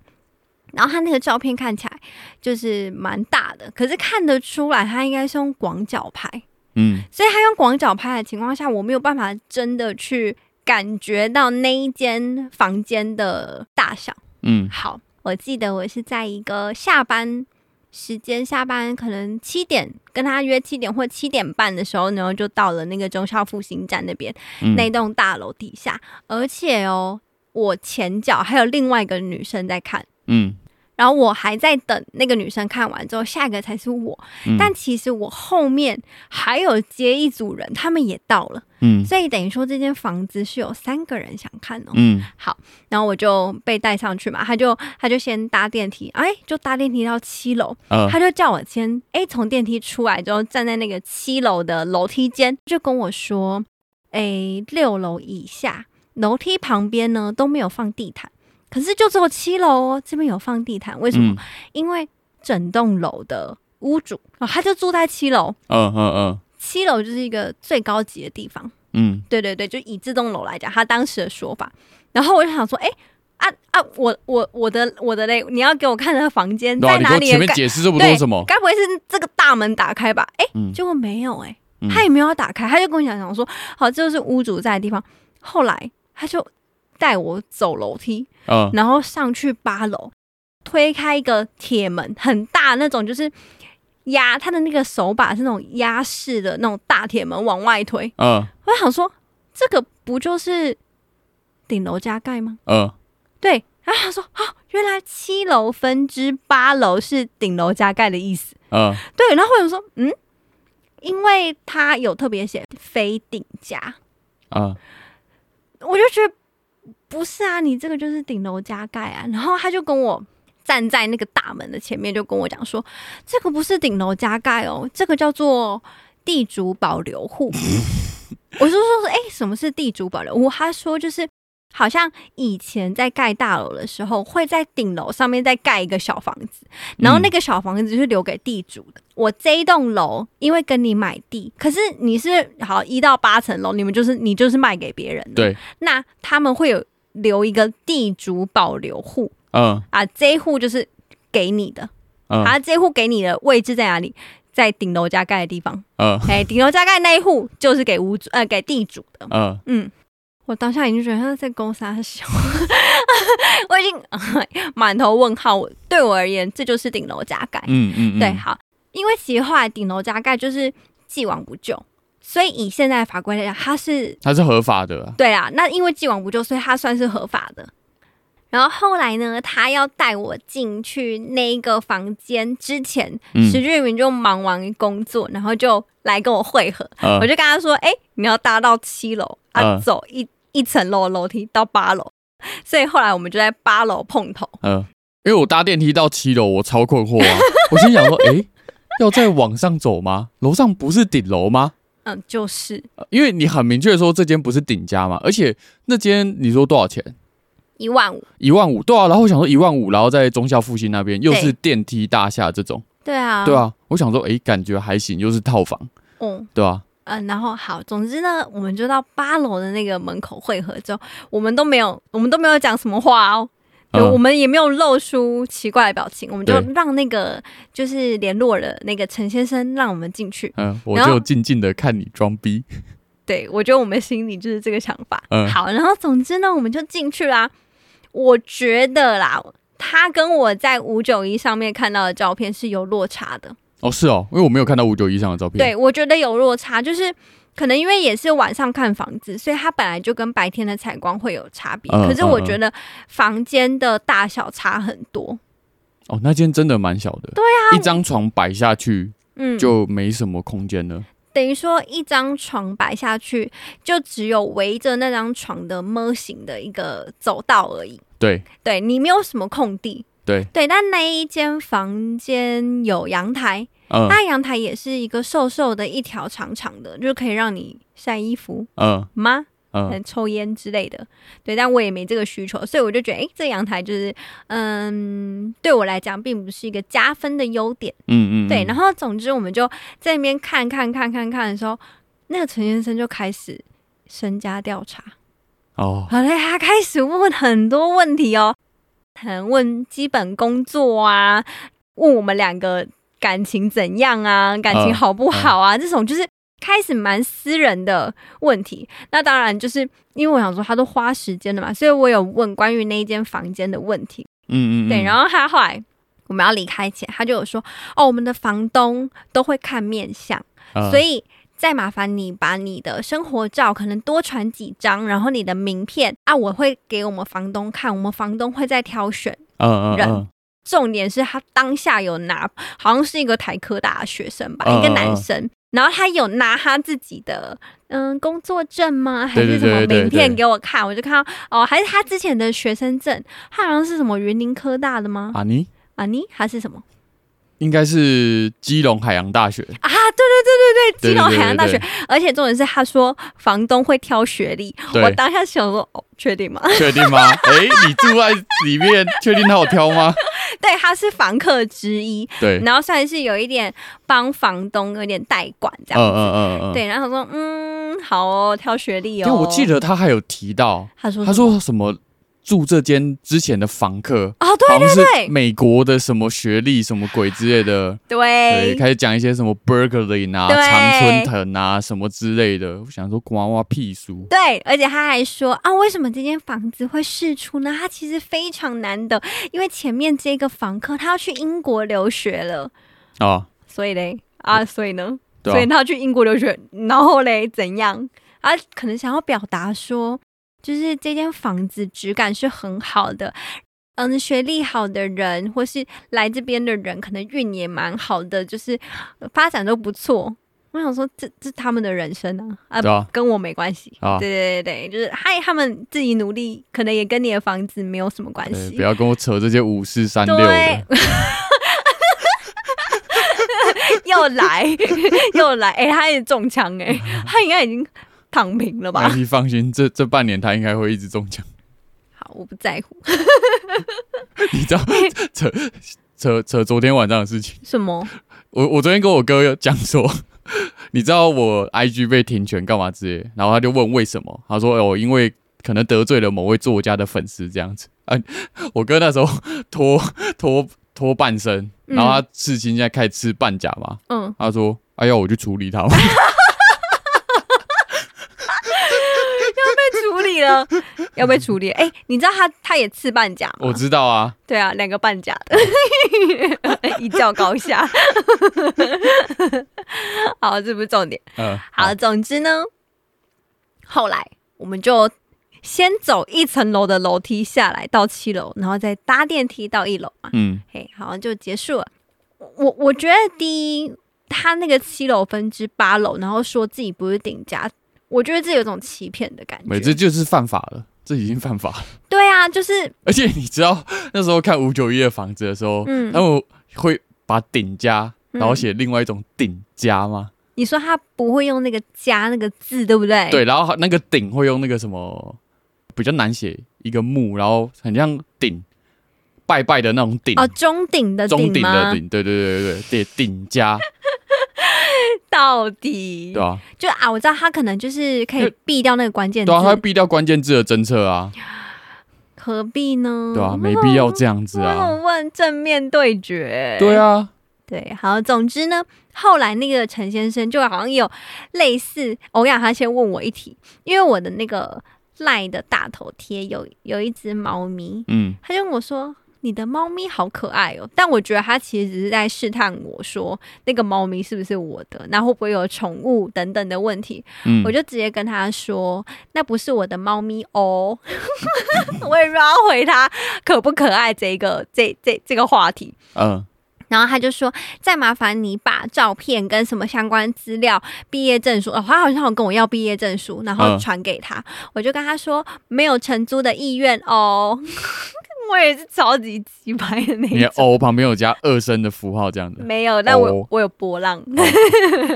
B: 然后他那个照片看起来就是蛮大的，可是看得出来他应该是用广角拍，
A: 嗯
B: 所以他用广角拍的情况下，我没有办法真的去感觉到那一间房间的大小。
A: 嗯
B: 好，我记得我是在一个下班时间，下班可能七点，跟他约七点或七点半的时候，然后就到了那个中校复兴站那边。
A: 嗯，
B: 那栋大楼底下，而且哦，我前脚还有另外一个女生在看，
A: 嗯，
B: 然后我还在等那个女生看完之后，下一个才是我。
A: 嗯
B: 但其实我后面还有接一组人，他们也到了，
A: 嗯
B: 所以等于说这间房子是有三个人想看哦。
A: 嗯
B: 然后我就被带上去嘛，他就他就先搭电梯，哎，就搭电梯到七楼，
A: 呃
B: 他就叫我先，哎，从电梯出来之后，站在那个七楼的楼梯间，就跟我说，哎，六楼以下楼梯旁边呢都没有放地毯，可是就只有七楼哦，这边有放地毯，为什么？
A: 嗯
B: 因为整栋楼的屋主哦，他就住在七楼，
A: 呃呃呃
B: 七楼就是一个最高级的地方，
A: 嗯
B: 对对对，就以这栋楼来讲，他当时的说法。然后我就想说，哎。啊啊！我我我的我的嘞，你要给我看他的房间
A: 对啊，
B: 在
A: 你
B: 哪
A: 给我
B: 里？
A: 前面
B: 干
A: 解释这么
B: 对，
A: 多什么？
B: 该不会是这个大门打开吧？哎、
A: 嗯
B: 结果没有哎、
A: 嗯
B: 他也没有要打开，他就跟我讲讲说，好，这就是屋主在的地方。后来他就带我走楼梯，
A: 呃
B: 然后上去八楼，推开一个铁门，很大那种，就是压他的那个手把是那种压式的那种大铁门往外推。
A: 呃
B: 我想说，这个不就是顶楼加盖吗？
A: 呃
B: 对，然后他说，哦，原来七楼分之八楼是顶楼加盖的意思。
A: 呃
B: 对，然后我想说，嗯，因为他有特别写非顶加，
A: 呃
B: 我就觉得不是啊，你这个就是顶楼加盖啊。然后他就跟我站在那个大门的前面，就跟我讲说，这个不是顶楼加盖哦，这个叫做地主保留户。 我就说，哎、什么是地主保留户？他说就是。好像以前在盖大楼的时候，会在顶楼上面再盖一个小房子，然后
A: 嗯
B: 那个小房子就是留给地主的。我这一栋楼因为跟你买地，可是你是好一到八层楼，你们就是你就是卖给别人
A: 嗯
B: 的，
A: 对
B: 那他们会有留一个地主保留户
A: 呃
B: 啊，这一户就是给你的，
A: 呃
B: 啊，这一户给你的位置在哪里？在顶楼加盖的地方，
A: 呃
B: 哎，顶楼加盖那一户就是给屋主呃给地主的，
A: 呃
B: 嗯，我当下已经觉得他在勾撒小， 我已经哎满头问号。我对我而言，这就是顶楼加盖。
A: 嗯嗯，嗯
B: 对，，好，因为其实后来顶楼加盖就是既往不咎，所以以现在的法规来讲，它是
A: 它是合法的啊，
B: 对啊，那因为既往不咎，所以它算是合法的。然后后来呢，他要带我进去那一个房间之前，
A: 嗯
B: 石俊明就忙完工作，然后就来跟我会合。
A: 呃
B: 我就跟他说：“哎、你要搭到七楼，啊，
A: 嗯
B: 走一一层楼的楼梯到八楼。”所以后来我们就在八楼碰头。
A: 呃，因为我搭电梯到七楼，我超困 惑啊，我心想说，诶，要再往上走吗？楼上不是顶楼吗？
B: 嗯，就是
A: 呃因为你很明确说这间不是顶家嘛，而且那间你说多少钱？
B: 一万五。
A: 一万五，对啊，然后我想说一万五，然后在中校复兴那边又是电梯大厦这种，
B: 对啊，
A: 对，啊，我想说，诶，感觉还行，又是套房，
B: 嗯
A: 对啊，
B: 嗯，然后好，总之呢，我们就到八楼的那个门口汇合之后，我们都没有，我们都没有讲什么话哦。就
A: 嗯
B: 我们也没有露出奇怪的表情，我们就
A: 对
B: 让那个就是联络的那个陈先生让我们进去。
A: 嗯、我
B: 然后
A: 就静静的看你装逼，
B: 对，我觉得我们心里就是这个想法。
A: 嗯
B: 好，然后总之呢，我们就进去啦。我觉得啦，他跟我在五九一上面看到的照片是有落差的。
A: 哦，是哦，因为我没有看到五九一上的照片，
B: 对，我觉得有落差，就是可能因为也是晚上看房子，所以它本来就跟白天的采光会有差别。
A: 嗯
B: 可是
A: 嗯
B: 我
A: 嗯
B: 觉得房间的大小差很多。
A: 哦，那间真的蛮小的，对啊，一张床摆下去
B: 嗯，
A: 就没什么空间了，
B: 等于说一张床摆下去，就只有围着那张床的模型的一个走道而已。
A: 对
B: 对你没有什么空地。
A: 对，
B: 对，但那一间房间有阳台，
A: 嗯
B: 那阳台也是一个瘦瘦的一条长长的，就是可以让你晒衣服
A: 嗯
B: 吗？
A: 嗯，
B: 嗯，抽烟之类的。对，但我也没这个需求，所以我就觉得，诶，这阳台就是，嗯，对我来讲并不是一个加分的优点。
A: 嗯嗯，
B: 对，然
A: 后
B: 后总之我们就在那边看看看看看的时候，那个陈先生就开始身家调查。
A: 哦，
B: 好嘞，他开始问很多问题哦，很问基本工作啊，问我们两个感情怎样啊，感情好不好啊，这种就是开始蛮私人的问题。那当然就是因为我想说他都花时间了嘛，所以我有问关于那一间房间的问题。
A: 嗯嗯，
B: 对，然
A: 后
B: 后他后来我们要离开前，他就有说哦，我们的房东都会看面相。
A: 嗯
B: 所以再麻烦你把你的生活照可能多传几张，然后你的名片啊，我会给我们房东看，我们房东会再挑选。
A: 嗯嗯
B: 人
A: 嗯
B: 重点是他当下有拿，好像是一个台科大的学生吧，
A: 嗯
B: 一个男生，然后他有拿他自己的嗯工作证吗？还
A: 对对
B: 是什么
A: 对对
B: 名片
A: 对
B: 给我看？我就看到哦，还是他之前的学生证，他好像是什么云林科大的吗？
A: 啊你。
B: 啊，你还是什么？
A: 应该是基隆海洋大学，
B: 啊，对对对对对，基隆
A: 对对对
B: 海洋大
A: 对
B: 学，而且重点是他说房东会挑学历，
A: 对
B: 我当下想说，哦，确定吗？
A: 确定吗？哎、你住在里面，确定他有挑吗？
B: 对，他是房客之一，
A: 对，嗯
B: 然后算是有一点帮房东有点代管这样
A: 嗯
B: 子，
A: 嗯嗯，。
B: 对，然后他说，嗯，好哦，挑学历
A: 但
B: 哦，
A: 我记得他还有提到，
B: 他说什么，
A: 他说什么住这间之前的房客，
B: 哦，对
A: 好像
B: 对
A: 是美国的什么学历、什么鬼之类的，对，
B: 对对，
A: 开始讲一些什么 Berkeley 啊、
B: 哎对
A: 常春藤啊什么之类的。我想说，瓜哇屁书，
B: 对，而且他还说啊，为什么这间房子会试出呢？它其实非常难得，因为前面这个房客他要去英国留学了，
A: 啊，
B: 所以嘞，啊，所以呢？
A: 对
B: 所以
A: 啊，
B: 他去英国留学，然后嘞怎样？啊，可能想要表达说，就是这间房子质感是很好的，嗯，学历好的人或是来这边的人，可能运也蛮好的，就是呃发展都不错。我想说这，这是他们的人生啊，
A: 对
B: 啊，
A: 啊，
B: 跟我没关系。
A: 啊
B: 对对对对，就是嗨，他们自己努力，可能也跟你的房子没有什么关
A: 对，
B: 系
A: 不。要跟我扯这些五四三六
B: 对
A: 的，，
B: 又来 又来，哎、他也中枪哎、他应该已经躺平了吧
A: 那？哎你放心，这这半年他应该会一直中奖。
B: 好，我不在乎
A: 你知 道扯扯扯昨天晚上的事情，
B: 什么，
A: 我我昨天跟我哥讲说， 你知道我 IG 被停权干嘛之类的，然后他就问为什么，他说哦、因为可能得罪了某位作家的粉丝这样子。啊， 我哥那时候 脱脱脱半身，
B: 嗯
A: 然后他刺青现在开始吃半甲嘛，
B: 嗯，
A: 他说哎要我去处理他吗？
B: 被处理 要被处理。哎、你知道他他也刺半甲吗
A: 我？知道啊，
B: 对啊，两个半甲的， 一较高下。好，这不是重点。
A: 呃，
B: 好，总之呢，后来我们就先走一层楼的楼梯下来到七楼，然后再搭电梯到一楼嘛。
A: 嗯
B: 嘿，好，就结束了。我我觉得第一，他那个七楼分之八楼，然后说自己不是顶家，我觉得这有种欺骗的感
A: 没，这
B: 觉。
A: 就是犯法了，这已经犯法了。
B: 对啊，就是
A: 而且你知道那时候看五九一的房子的时候，
B: 嗯
A: 他们会把顶加，然后写另外一种顶加吗？
B: 你说他不会用那个“家”那个字，对不对？
A: 对，然后那个顶会用那个什么比较难写一个木，然后很像顶拜拜的那种顶，
B: 哦，中顶的
A: 中
B: 顶
A: 顶
B: 吗
A: 的？顶，对对对对对，顶顶加，
B: 到底
A: 对吧、
B: 就啊，我知道他可能就是可以避掉那个关键字，
A: 对啊，它会避掉关键字的侦测啊，
B: 何必呢？
A: 对啊，没必要这样子
B: 为什么
A: 啊，
B: 问正面对决？
A: 对啊，
B: 对，好，总之呢，后来那个陈先生就好像有类似，我跟你讲，他先问我一题，因为我的那个赖的大头贴有有一只猫咪，
A: 嗯，
B: 他就跟我说。你的猫咪好可爱哦，但我觉得他其实只是在试探我说那个猫咪是不是我的，那会不会有宠物等等的问题。
A: 嗯
B: 我就直接跟他说：“那不是我的猫咪哦。” 我也不知道回他可不可爱这一个这这这个话题。
A: 嗯，
B: 然后他就说：“再麻烦你把照片跟什么相关资料、毕业证书，哦，他好像有跟我要毕业证书，然后
A: 嗯
B: 传给他。我就跟他说：“没有承租的意愿哦。” 我也是超级鸡掰的那
A: 你的
B: 一种。
A: O 旁边有加二声的符号这样子，
B: 没有，但我、
A: 哦
B: 我有波浪。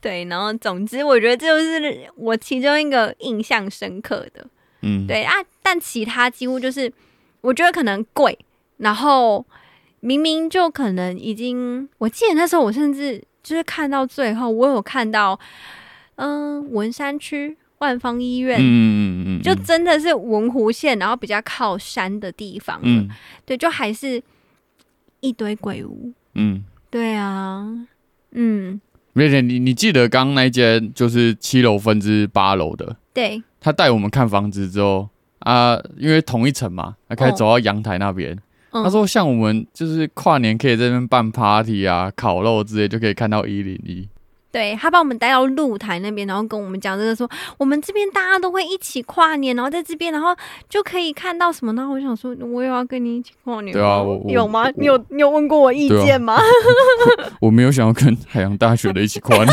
B: 对，然后总之，我觉得这就是我其中一个印象深刻的。
A: 嗯，
B: 对啊，但其他几乎就是，我觉得可能贵，然后明明就可能已经，我记得那时候我甚至就是看到最后，我有看到，嗯、文山区万方医院。
A: 嗯，嗯嗯嗯嗯，
B: 就真的是文湖县，然后比较靠山的地方，
A: 嗯
B: 对，就还是一堆鬼屋，
A: 嗯，
B: 对啊，嗯，
A: 而且你你记得刚刚那间就是七楼分之八楼的，
B: 对，
A: 他带我们看房子之后啊，因为同一层嘛，他开始
B: 嗯
A: 走到阳台那边。
B: 嗯
A: 他说：“像我们就是跨年可以在那边办 party 啊，烤肉之类，就可以看到一零一。
B: 对他把我们带到露台那边，然后跟我们讲这个说，我们这边大家都会一起跨年，然后在这边，然后就可以看到什么。然后我想说，我也要跟你一起跨年吗，
A: 对啊我我
B: 嗯有吗
A: 我？
B: 你有你有问过我意
A: 对啊
B: 见吗？
A: 我没有想要跟海洋大学的一起 跨年。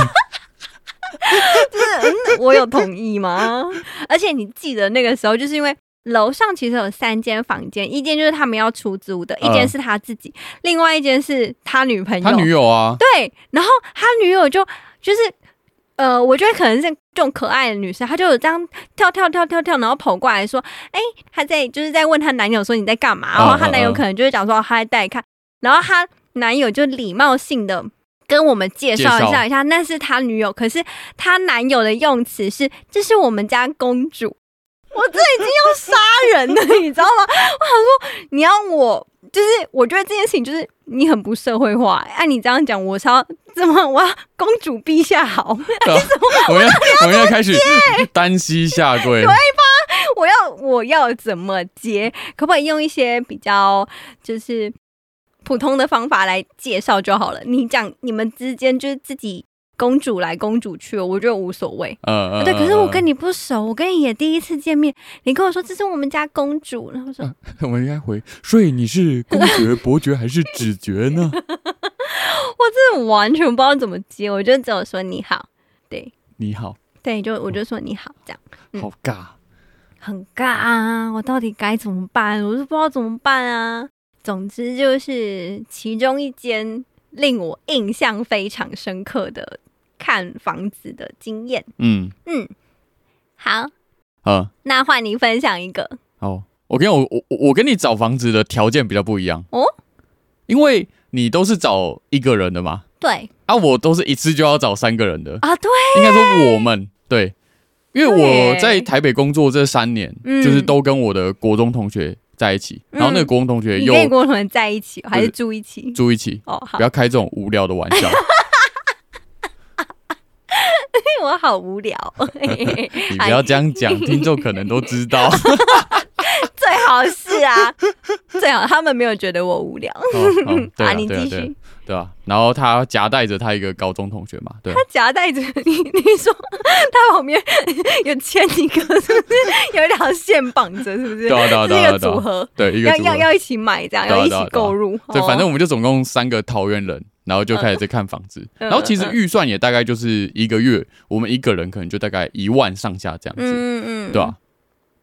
B: 嗯我有同意吗？ 而且你记得那个时候，就是因为楼上其实有三间房间，一间就是他们要出租的，一间
A: 嗯
B: 是他自己，另外一间是他女朋友，
A: 他女友 啊，
B: 对，然后他女友就就是呃，我觉得可能是这种可爱的女生，她就有这样跳跳跳跳跳，然后跑过来说：“哎、她在就是在问她男友说你在干嘛？”然后她男友可能就会讲说：“哦她在带看。”然后她男友就礼貌性的。跟我们介绍一
A: 介
B: 下
A: 绍
B: 一下，那是她女友，可是她男友的用词是“这是我们家公主”， 我这已经要杀人了，你知道吗？你要我就是，我觉得这件事情就是你很不社会化、哎按、你这样讲，我是要怎么？我要公主陛下好，
A: 啊我们要我们要开始单膝下跪。
B: 啊 我要我要怎么接？可不可以用一些比较就是普通的方法来介绍就好了？你讲你们之间就是自己公主来公主去，我觉得无所谓。
A: 呃，
B: 对，可是我跟
A: 你，
B: 你不熟，我跟你也第一次见面，你跟我说这是我们家公主，然后我说
A: 呃我们应该回。所以你是公爵、 伯爵还是子爵呢？
B: 我真的完全不知道怎么接，我就只有说你好，对。
A: 你好，
B: 对，就我就说你好，这样嗯
A: 好尬。
B: 很尬啊！我到底该怎么办？我都不知道怎么办啊！总之就是其中一间令我印象非常深刻的看房子的经验。
A: 嗯，
B: 嗯，好，
A: 啊，
B: 那换你分享一个
A: 好，我跟我我我我跟你找房子的条件比较不一样
B: 哦，
A: 因为你都是找一个人的嘛，
B: 对
A: 啊，我都是一次就要找三个人的，
B: 啊，对，
A: 应该说我们对，因为我
B: 对
A: 在台北工作这三年，
B: 嗯
A: 就是都跟我的国中同学在一起，
B: 嗯
A: 然后那个国中同学
B: 你
A: 又
B: 跟郭同学在一起还是
A: 对
B: 住一起？
A: 住一起，
B: 哦，好
A: 不，要开这种无聊的玩笑。
B: 我好无聊。
A: 你不要这样讲，听众可能都知 道。
B: 最好是啊，最好他们没有觉得我无聊。
A: 哦好对
B: 啊
A: 啊，
B: 你
A: 对啊，
B: 继
A: 对啊
B: 续，
A: 对啊。然后他夹带着他一个高中同学嘛，对，啊
B: 夹带着你，你说他旁边有牵一个，是不是有一条线绑着，是不是？
A: 对啊，对啊，
B: 这
A: 对
B: 是
A: 啊，
B: 一
A: 对啊
B: 个组合，
A: 对一个
B: 要
A: 组
B: 要
A: 合。
B: 要一起买，这样
A: 对啊
B: 要一
A: 对啊
B: 起
A: 对啊
B: 购入。
A: 对，
B: 哦
A: 反正我们就总共三个桃园人，然后就开始在看房子。
B: 嗯
A: 然后其实
B: 嗯
A: 预算也大概就是一个月，我们一个人可能就大概一万上下这样子。
B: 嗯嗯，
A: 对啊。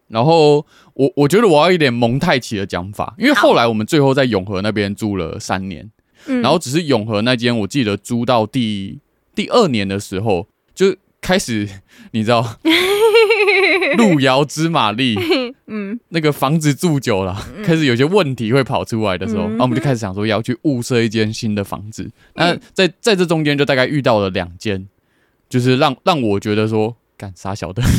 A: 然后我我觉得我要一点蒙太奇的讲法，因为后来我们最后在永和那边住了三年，
B: 嗯
A: 然后只是永和那间我记得租到第第二年的时候就开始，你知道 路遥知马力，
B: 嗯，
A: 那个房子住久了，开始有些问题会跑出来的时候，
B: 嗯
A: 然后我们就开始想说要去物色一间新的房子。那在在这中间就大概遇到了两间，就是让让我觉得说干傻小的。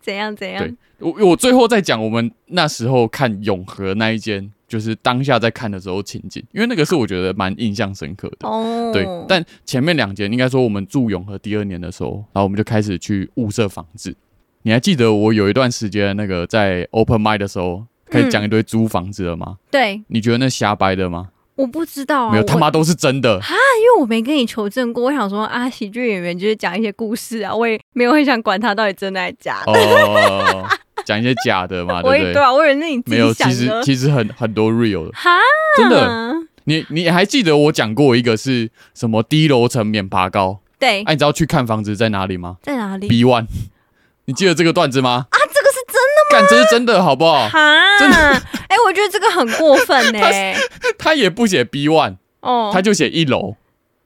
B: 怎样怎样
A: 啊对？我我最后再讲我们那时候看永和那一间，就是当下在看的时候情景，因为那个是我觉得蛮印象深刻的。
B: 哦，
A: 对，但前面两间应该说我们住永和第二年的时候，然后我们就开始去物色房子。你还记得我有一段时间那个在 open m i d 的时候，开始讲一堆租房子了吗？
B: 对，
A: 你觉得那瞎掰的吗？
B: 我不知道啊，
A: 没有，
B: 我
A: 他妈都是真的。
B: 因为我没跟你求证过，我想说啊，喜剧演员就是讲一些故事啊，我也没有很想管他到底真的还是假的。
A: 哦，讲一些假的嘛，
B: 我
A: 对
B: 也
A: 不
B: 对
A: 对？
B: 啊，我以为那你自
A: 没有，其
B: 己想
A: 实
B: 的。嗯
A: 其实很很多 real 的，
B: 哈，
A: 真的。你你还记得我讲过一个是什么低楼层免爬高？
B: 对，
A: 哎、你知道去看房子在哪里吗
B: 在哪里？
A: ？B one，你记得这个段子吗？啊，这个是真的吗？干，这是真的好不好？
B: 哈，
A: 真的
B: 哎、我觉得这个很过分呢、
A: 他也不写 B one，
B: 哦，
A: 他就写一楼，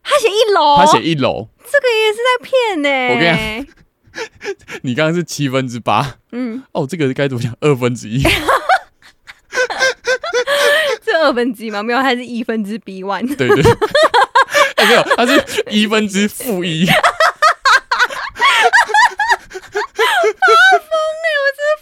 B: 他写一楼，
A: 他写一楼。
B: 这个也是在骗呢、
A: 我跟你刚刚是七分之八，
B: 嗯，
A: 哦，这个该怎么讲？二分 之一，
B: 这二分之一吗？没有，它是一分之 b one。
A: 对对。 哎、没有，他是一分之负 一。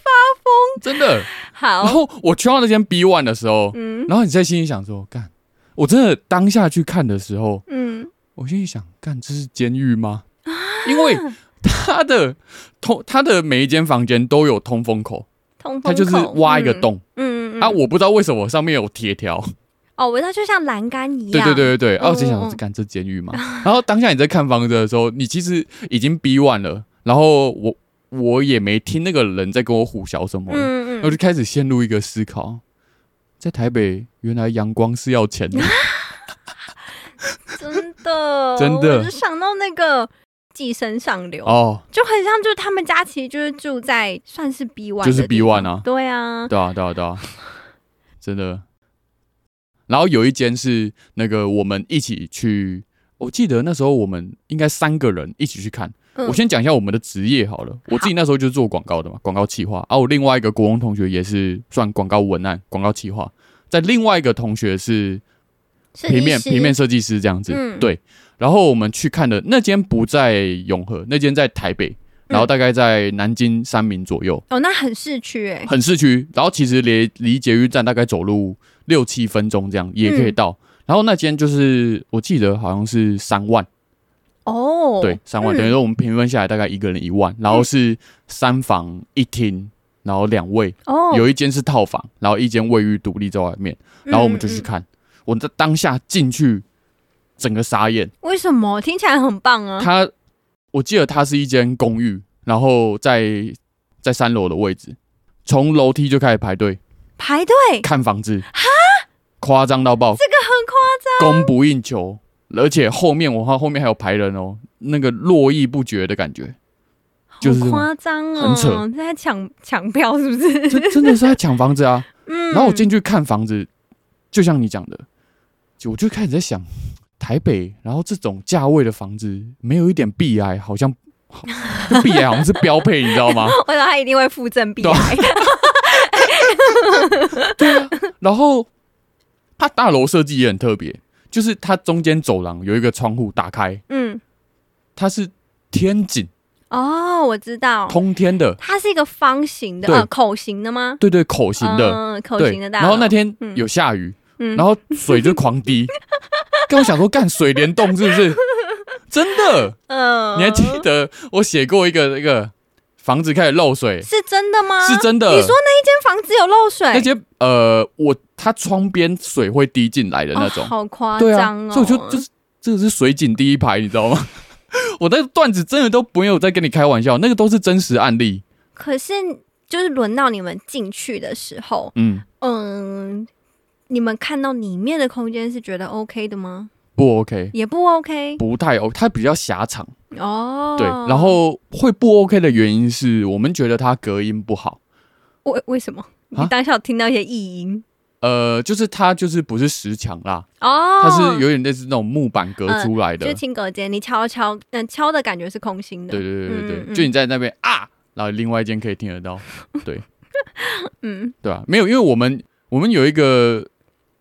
B: 发
A: 真的。然
B: 疯。好，
A: 后我去到那间 B one 的时候，
B: 嗯
A: 然后你在心里想说，干，我真的当下去看的时候，
B: 嗯，
A: 我心里想，干这是监狱吗？
B: 啊
A: 因为他的通，他的每一间房间都有通风口，
B: 通风
A: 他就是
B: 口
A: 挖一个。洞、
B: 嗯嗯嗯
A: 啊！我不知道为什么上面有铁条，
B: 哦，我知道，就像栏杆一
A: 对
B: 样。
A: 对对对对，啊，我就
B: 嗯嗯
A: 想
B: 嗯
A: 干这监狱嘛。 然后当下你在看房子的时候，你其实已经 B one 了，然后我我也没听那个人在跟我胡聊什么，
B: 嗯
A: 然后就开始陷入一个思考，在台北原来阳光是要钱的。
B: 真的，
A: 真的
B: 我就想到那个寄生上流，
A: 哦，
B: 就很像，就是他们家其实就是住在算是 B one，
A: 就是 B1 啊
B: 对啊，
A: 对啊，对啊，对啊，真的。然后有一间是那个我们一起去，我记得那时候我们应该三个人一起去看。
B: 嗯
A: 我先讲一下我们的职业好了，我自己那时候就是做广告的嘛，广告企划。啊，我另外一个国文同学也是算广告文案、广告企划，在另外一个同学是
B: 设计
A: 平面
B: 师
A: 平面设计师这样子，
B: 嗯
A: 对。然后我们去看的那间不在永和，那间在台北，
B: 嗯
A: 然后大概在南京三民左右。
B: 哦，那很市区哎、
A: 很市区，然后其实离离捷运站大概走路六七分钟这样也可以到。
B: 嗯
A: 然后那间就是我记得好像是三万，
B: 哦，
A: 对，三万，
B: 嗯
A: 等于说我们平均下来大概一个人一万，然后是三房一厅，然后两卫，
B: 哦，
A: 有一间是套房，然后一间卫浴独立在外面，然后我们就去
B: 嗯嗯
A: 看。我在当下进去，整个傻眼。
B: 为什么听起来很棒啊？
A: 它，我记得它是一间公寓，然后在在三楼的位置，从楼梯就开始排队。
B: 排队
A: 看房子，哈，夸张到爆，
B: 这个很夸
A: 供不应求，而且后面我看后面还有排人哦，那个络绎不绝的感觉，就是
B: 好夸张哦，
A: 很扯
B: 在抢抢票是不是？
A: 这真的是在抢房子啊。
B: 嗯，
A: 然后我进去看房子，就像你讲的，就我就开始在想，台北，然后这种价位的房子，没有一点避癌，好像。好这避癌好像是标配，你知道 吗？
B: 我想他一定会附赠 B
A: 对啊
B: 癌，
A: 然后它大楼设计也很特别，就是它中间走廊有一个窗户打开，
B: 嗯，
A: 它是天井，
B: 哦，我知道，
A: 通天的，
B: 它是一个方形的，
A: 对
B: 呃，口型的吗？
A: 对对，口型的，
B: 嗯，口
A: 对。
B: 型的大楼。
A: 然后那天
B: 嗯
A: 有下雨，
B: 嗯
A: 然后水就狂滴，跟我想说干水帘洞是不是？真的。
B: 嗯，
A: 你还记得我写过一个那个房子开始漏水，
B: 是真的吗？
A: 是真的
B: 你说那一间房子有漏水，
A: 那些呃，我它窗边水会滴进来的那种
B: 哦、，好夸
A: 对啊
B: 张哦。，
A: 所以我就就是这个是水井第一排，你知道吗？ 我那个段子真的都没有在跟你开玩笑，那个都是真实案例。
B: 可是就是轮到你们进去的时候，
A: 嗯，
B: 嗯，你们看到里面的空间是觉得 OK 的吗？
A: 不 OK，
B: 也不 OK
A: 不太 OK，它比较狭长。
B: 哦。
A: 对，然后会不 OK 的原因是我们觉得它隔音不好，
B: 为为什么你
A: 啊
B: 当下有听到一些异音？
A: 呃，就是它就是不是石墙啦，
B: 哦，
A: 它是有点类似那种木板隔出来的。
B: 就是轻隔间，你敲敲，嗯、敲的感觉是空心的。
A: 对对对对
B: 嗯
A: 对，
B: 嗯
A: 就你在那边啊，然后另外一间可以听得到，对
B: 嗯，
A: 对啊，没有，因为我们我们有一个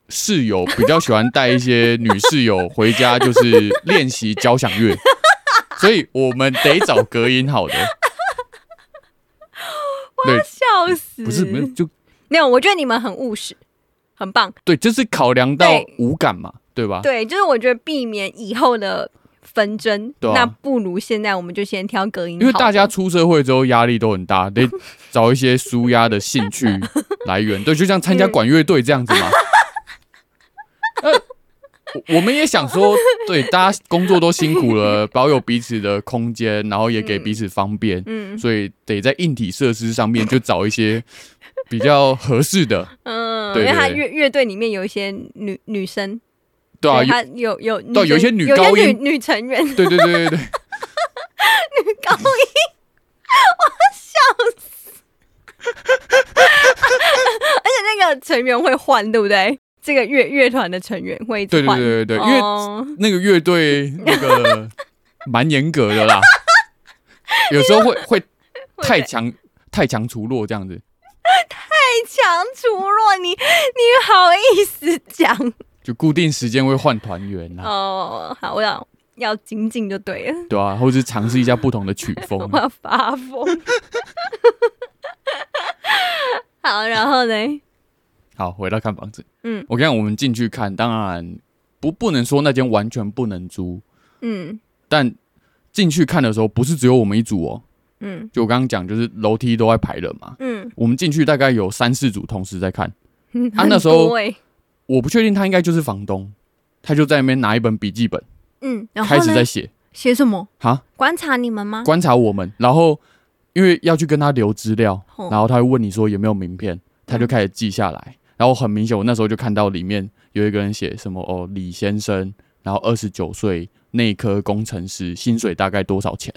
A: 室友比较喜欢带一些女室友回家，就是练习交响 乐，所以我们得找隔音好的。对，
B: 笑死！
A: 不是不是，就
B: 没有，我觉得你们很务实，很棒。
A: 对，就是考量到
B: 对
A: 五感嘛，对吧？
B: 对，就是我觉得避免以后的纷争，
A: 对啊
B: 那不如现在我们就先挑隔音好的，
A: 因为大家出社会之后压力都很大，得找一些舒压的兴趣来源。对，就像参加管乐队这样子嘛。呃，我我们也想说，对，大家工作都辛苦了，保有彼此的空间，然后也给彼此方便，
B: 嗯
A: 所以得在硬体设施上面就找一些比较合适的，
B: 嗯，
A: 对
B: 因为他
A: 对对
B: 乐乐队里面有一些女女生，
A: 对啊，有
B: 他有有女
A: 对啊有一些
B: 生
A: 女
B: 有
A: 高
B: 些
A: 音
B: 女女 成员
A: 对对对对对，
B: 高音，我笑死。而且那个成员会换，对不对？这个乐乐团的成员会一直
A: 对对
B: 换
A: 对对对因为
B: 哦
A: 那个乐队那个蛮严格的啦，有时候会会太强太强除弱这样子，
B: 强除弱，你你好意思讲
A: 就固定时间会换团员啦，
B: 哦？好，我要要精进就对了，
A: 对啊，或者是尝试一下不同的曲风啊
B: 我。要发疯。 好，然后呢？
A: 好，回到看房子，
B: 嗯
A: 我看我们进去看，当然不不能说那间完全不能租，
B: 嗯
A: 但进去看的时候不是只有我们一组哦，
B: 嗯
A: 就我刚刚讲，就是楼梯都在排人嘛，
B: 嗯，
A: 我们进去大概有三四组同时在看，
B: 嗯
A: 啊那时
B: 很
A: 候
B: 多欸
A: 我不确定他应该就是房东，他就在那边拿一本笔记本
B: 嗯，然后
A: 开
B: 呢
A: 始在写。
B: 写什么？
A: 哈，
B: 观察你们吗？
A: 观察我们，然后因为要去跟他留资料，
B: 哦嗯
A: 然后他会问你说有没有名片，他就开始记下来。然后很明显，我那时候就看到里面有一个人写什么哦，李先生，然后二十九岁，内科工程师，薪水大概多少钱？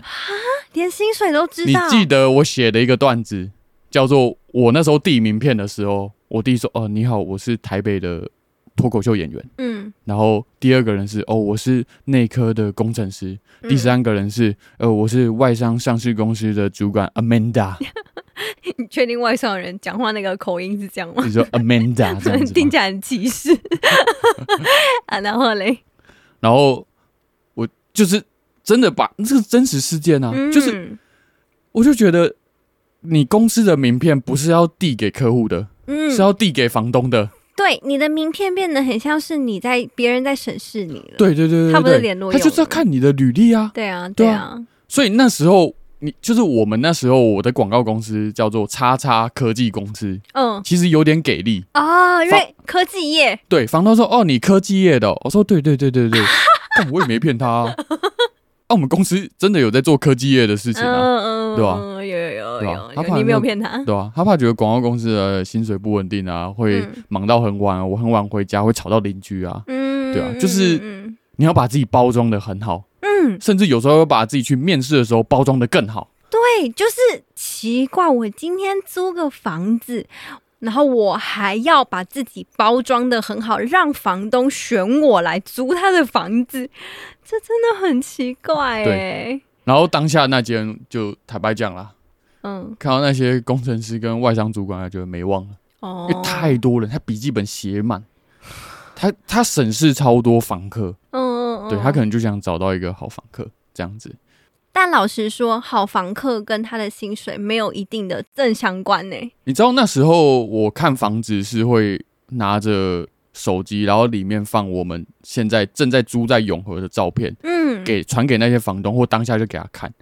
B: 连薪水都知
A: 你
B: 道？
A: 记得我写的一个段子，叫做我那时候递名片的时候，我弟说哦，你好，我是台北的脱口秀演员。
B: 嗯，
A: 然后第二个人是哦，我是内科的工程师，
B: 嗯
A: 第三个人是呃，我是外商上市公司的主管 Amanda，
B: 你确定外省人讲话那个口音是这样吗？
A: 你说 Amanda 这样子
B: 听
A: 吗，
B: 起来很歧视 啊。然后嘞，
A: 然后我就是真的把这个真实事件啊，
B: 嗯
A: 就是我就觉得你公司的名片不是要递给客户的，
B: 嗯
A: 是要啊递给房东的，
B: 对，你的名片变得很像是你在别人在审视你了。
A: 对对对对对，
B: 他不是联络
A: 他
B: 用
A: 就是要
B: 的
A: 看你的履历啊，
B: 对啊，
A: 对
B: 对
A: 啊
B: 啊，
A: 所以那时候。你就是我们那时候我的广告公司叫做叉叉科技公司，
B: 嗯，
A: 其实有点给力，
B: 哦，因为科技业
A: 对，房东说：“哦，你科技业的哦、我说：“对对对 对对。”但我也没骗他啊。啊，我们公司真的有在做科技业的事情啊，
B: 嗯嗯，
A: 对吧
B: 嗯有有有
A: 对吧啊
B: 有
A: 他怕
B: 有，你没
A: 那个
B: 有骗他，
A: 对啊？他怕觉得广告公司的薪水不稳定啊，会
B: 嗯
A: 忙到很晚啊，我很晚回家会吵到邻居啊。
B: 嗯，
A: 对啊
B: 嗯
A: 就是
B: 嗯
A: 你要把自己包装的很好，
B: 嗯，嗯
A: 甚至有时候要把自己去面试的时候包装的更好。
B: 对，就是奇怪，我今天租个房子。然后我还要把自己包装的很好，让房东选我来租他的房子，这真的很奇怪哎、
A: 对然后当下那间就坦白讲啦，
B: 嗯，
A: 看到那些工程师跟外商主管，他觉得没忘了，
B: 哦
A: 因，为太多人，他笔记本写满，他他审视超多房客，
B: 嗯嗯嗯，
A: 对他可能就想找到一个好房客这样子。
B: 但老实说，好房客跟他的薪水没有一定的正相关呢、欸
A: 你知道那时候我看房子是会拿着手机，然后里面放我们现在正在租在永和的照片，
B: 嗯，
A: 给传给那些房东或当下就给他看，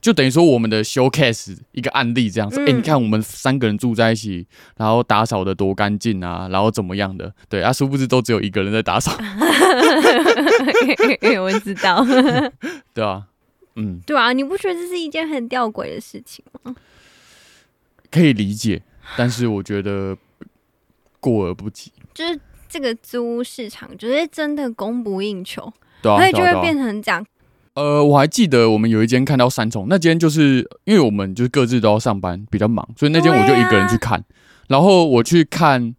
A: 就等于说我们的 showcase 一个案例这样子。哎、
B: 嗯
A: 你看我们三个人住在一起，然后打扫的多干净啊，然后怎么样的？对啊，殊不知都只有一个人在打扫，
B: 我知道。
A: 对啊，嗯，
B: 对啊，你不觉得这是一件很吊诡的事情吗？
A: 可以理解，但是我觉得过而不及，
B: 就是这个租屋市场，就是真的供不应求，
A: 对啊，
B: 所以就
A: 对啊
B: 会
A: 对啊
B: 变成这样。
A: 呃，我还记得我们有一间看到三重，那间就是因为我们就是各自都要上班，比较忙，所以那间我就一个人去看。然后我去看，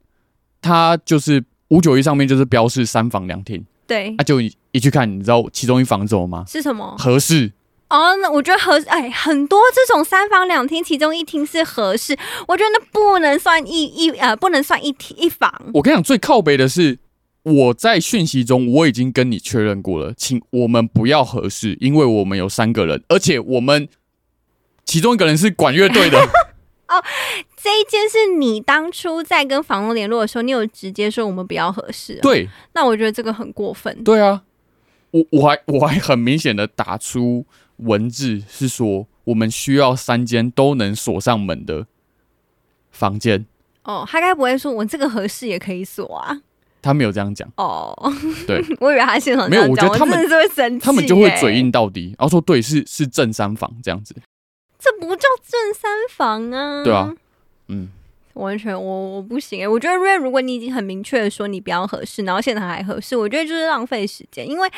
A: 它就是五九一上面就是标示三房两厅，
B: 对，
A: 啊，就一一去看，你知道其中一房怎么吗？
B: 是什么？
A: 合适，
B: 哦，那我觉得合哎，很多这种三房两厅，其中一厅是合适，我觉得那不能算一一呃，不能算一厅一房。
A: 我跟你讲，最靠北的是我在讯息中我已经跟你确认过了，请我们不要合适，因为我们有三个人，而且我们其中一个人是管乐队的。
B: 这一间是你当初在跟房东联络的时候，你有直接说我们比较合适、，
A: 对，
B: 啊那我觉得这个很过分。
A: 对啊，我我还我还很明显的打出文字是说，我们需要三间都能锁上门的房间。
B: 哦，他该不会说我这个合适也可以锁啊？
A: 他没有这样讲，
B: 哦，
A: 对，
B: 我以为他现场
A: 没有我觉得
B: 我
A: 他们
B: 真的是会生气、
A: 他们就会嘴。硬到底，哦然后说对，是是正三房这样子。
B: 嗯这不叫正三房啊！
A: 对啊，嗯，
B: 完全我我不行、欸，我觉得因为如果你已经很明确的说你比较合适，然后现场还合适，我觉得就是浪费时间，因为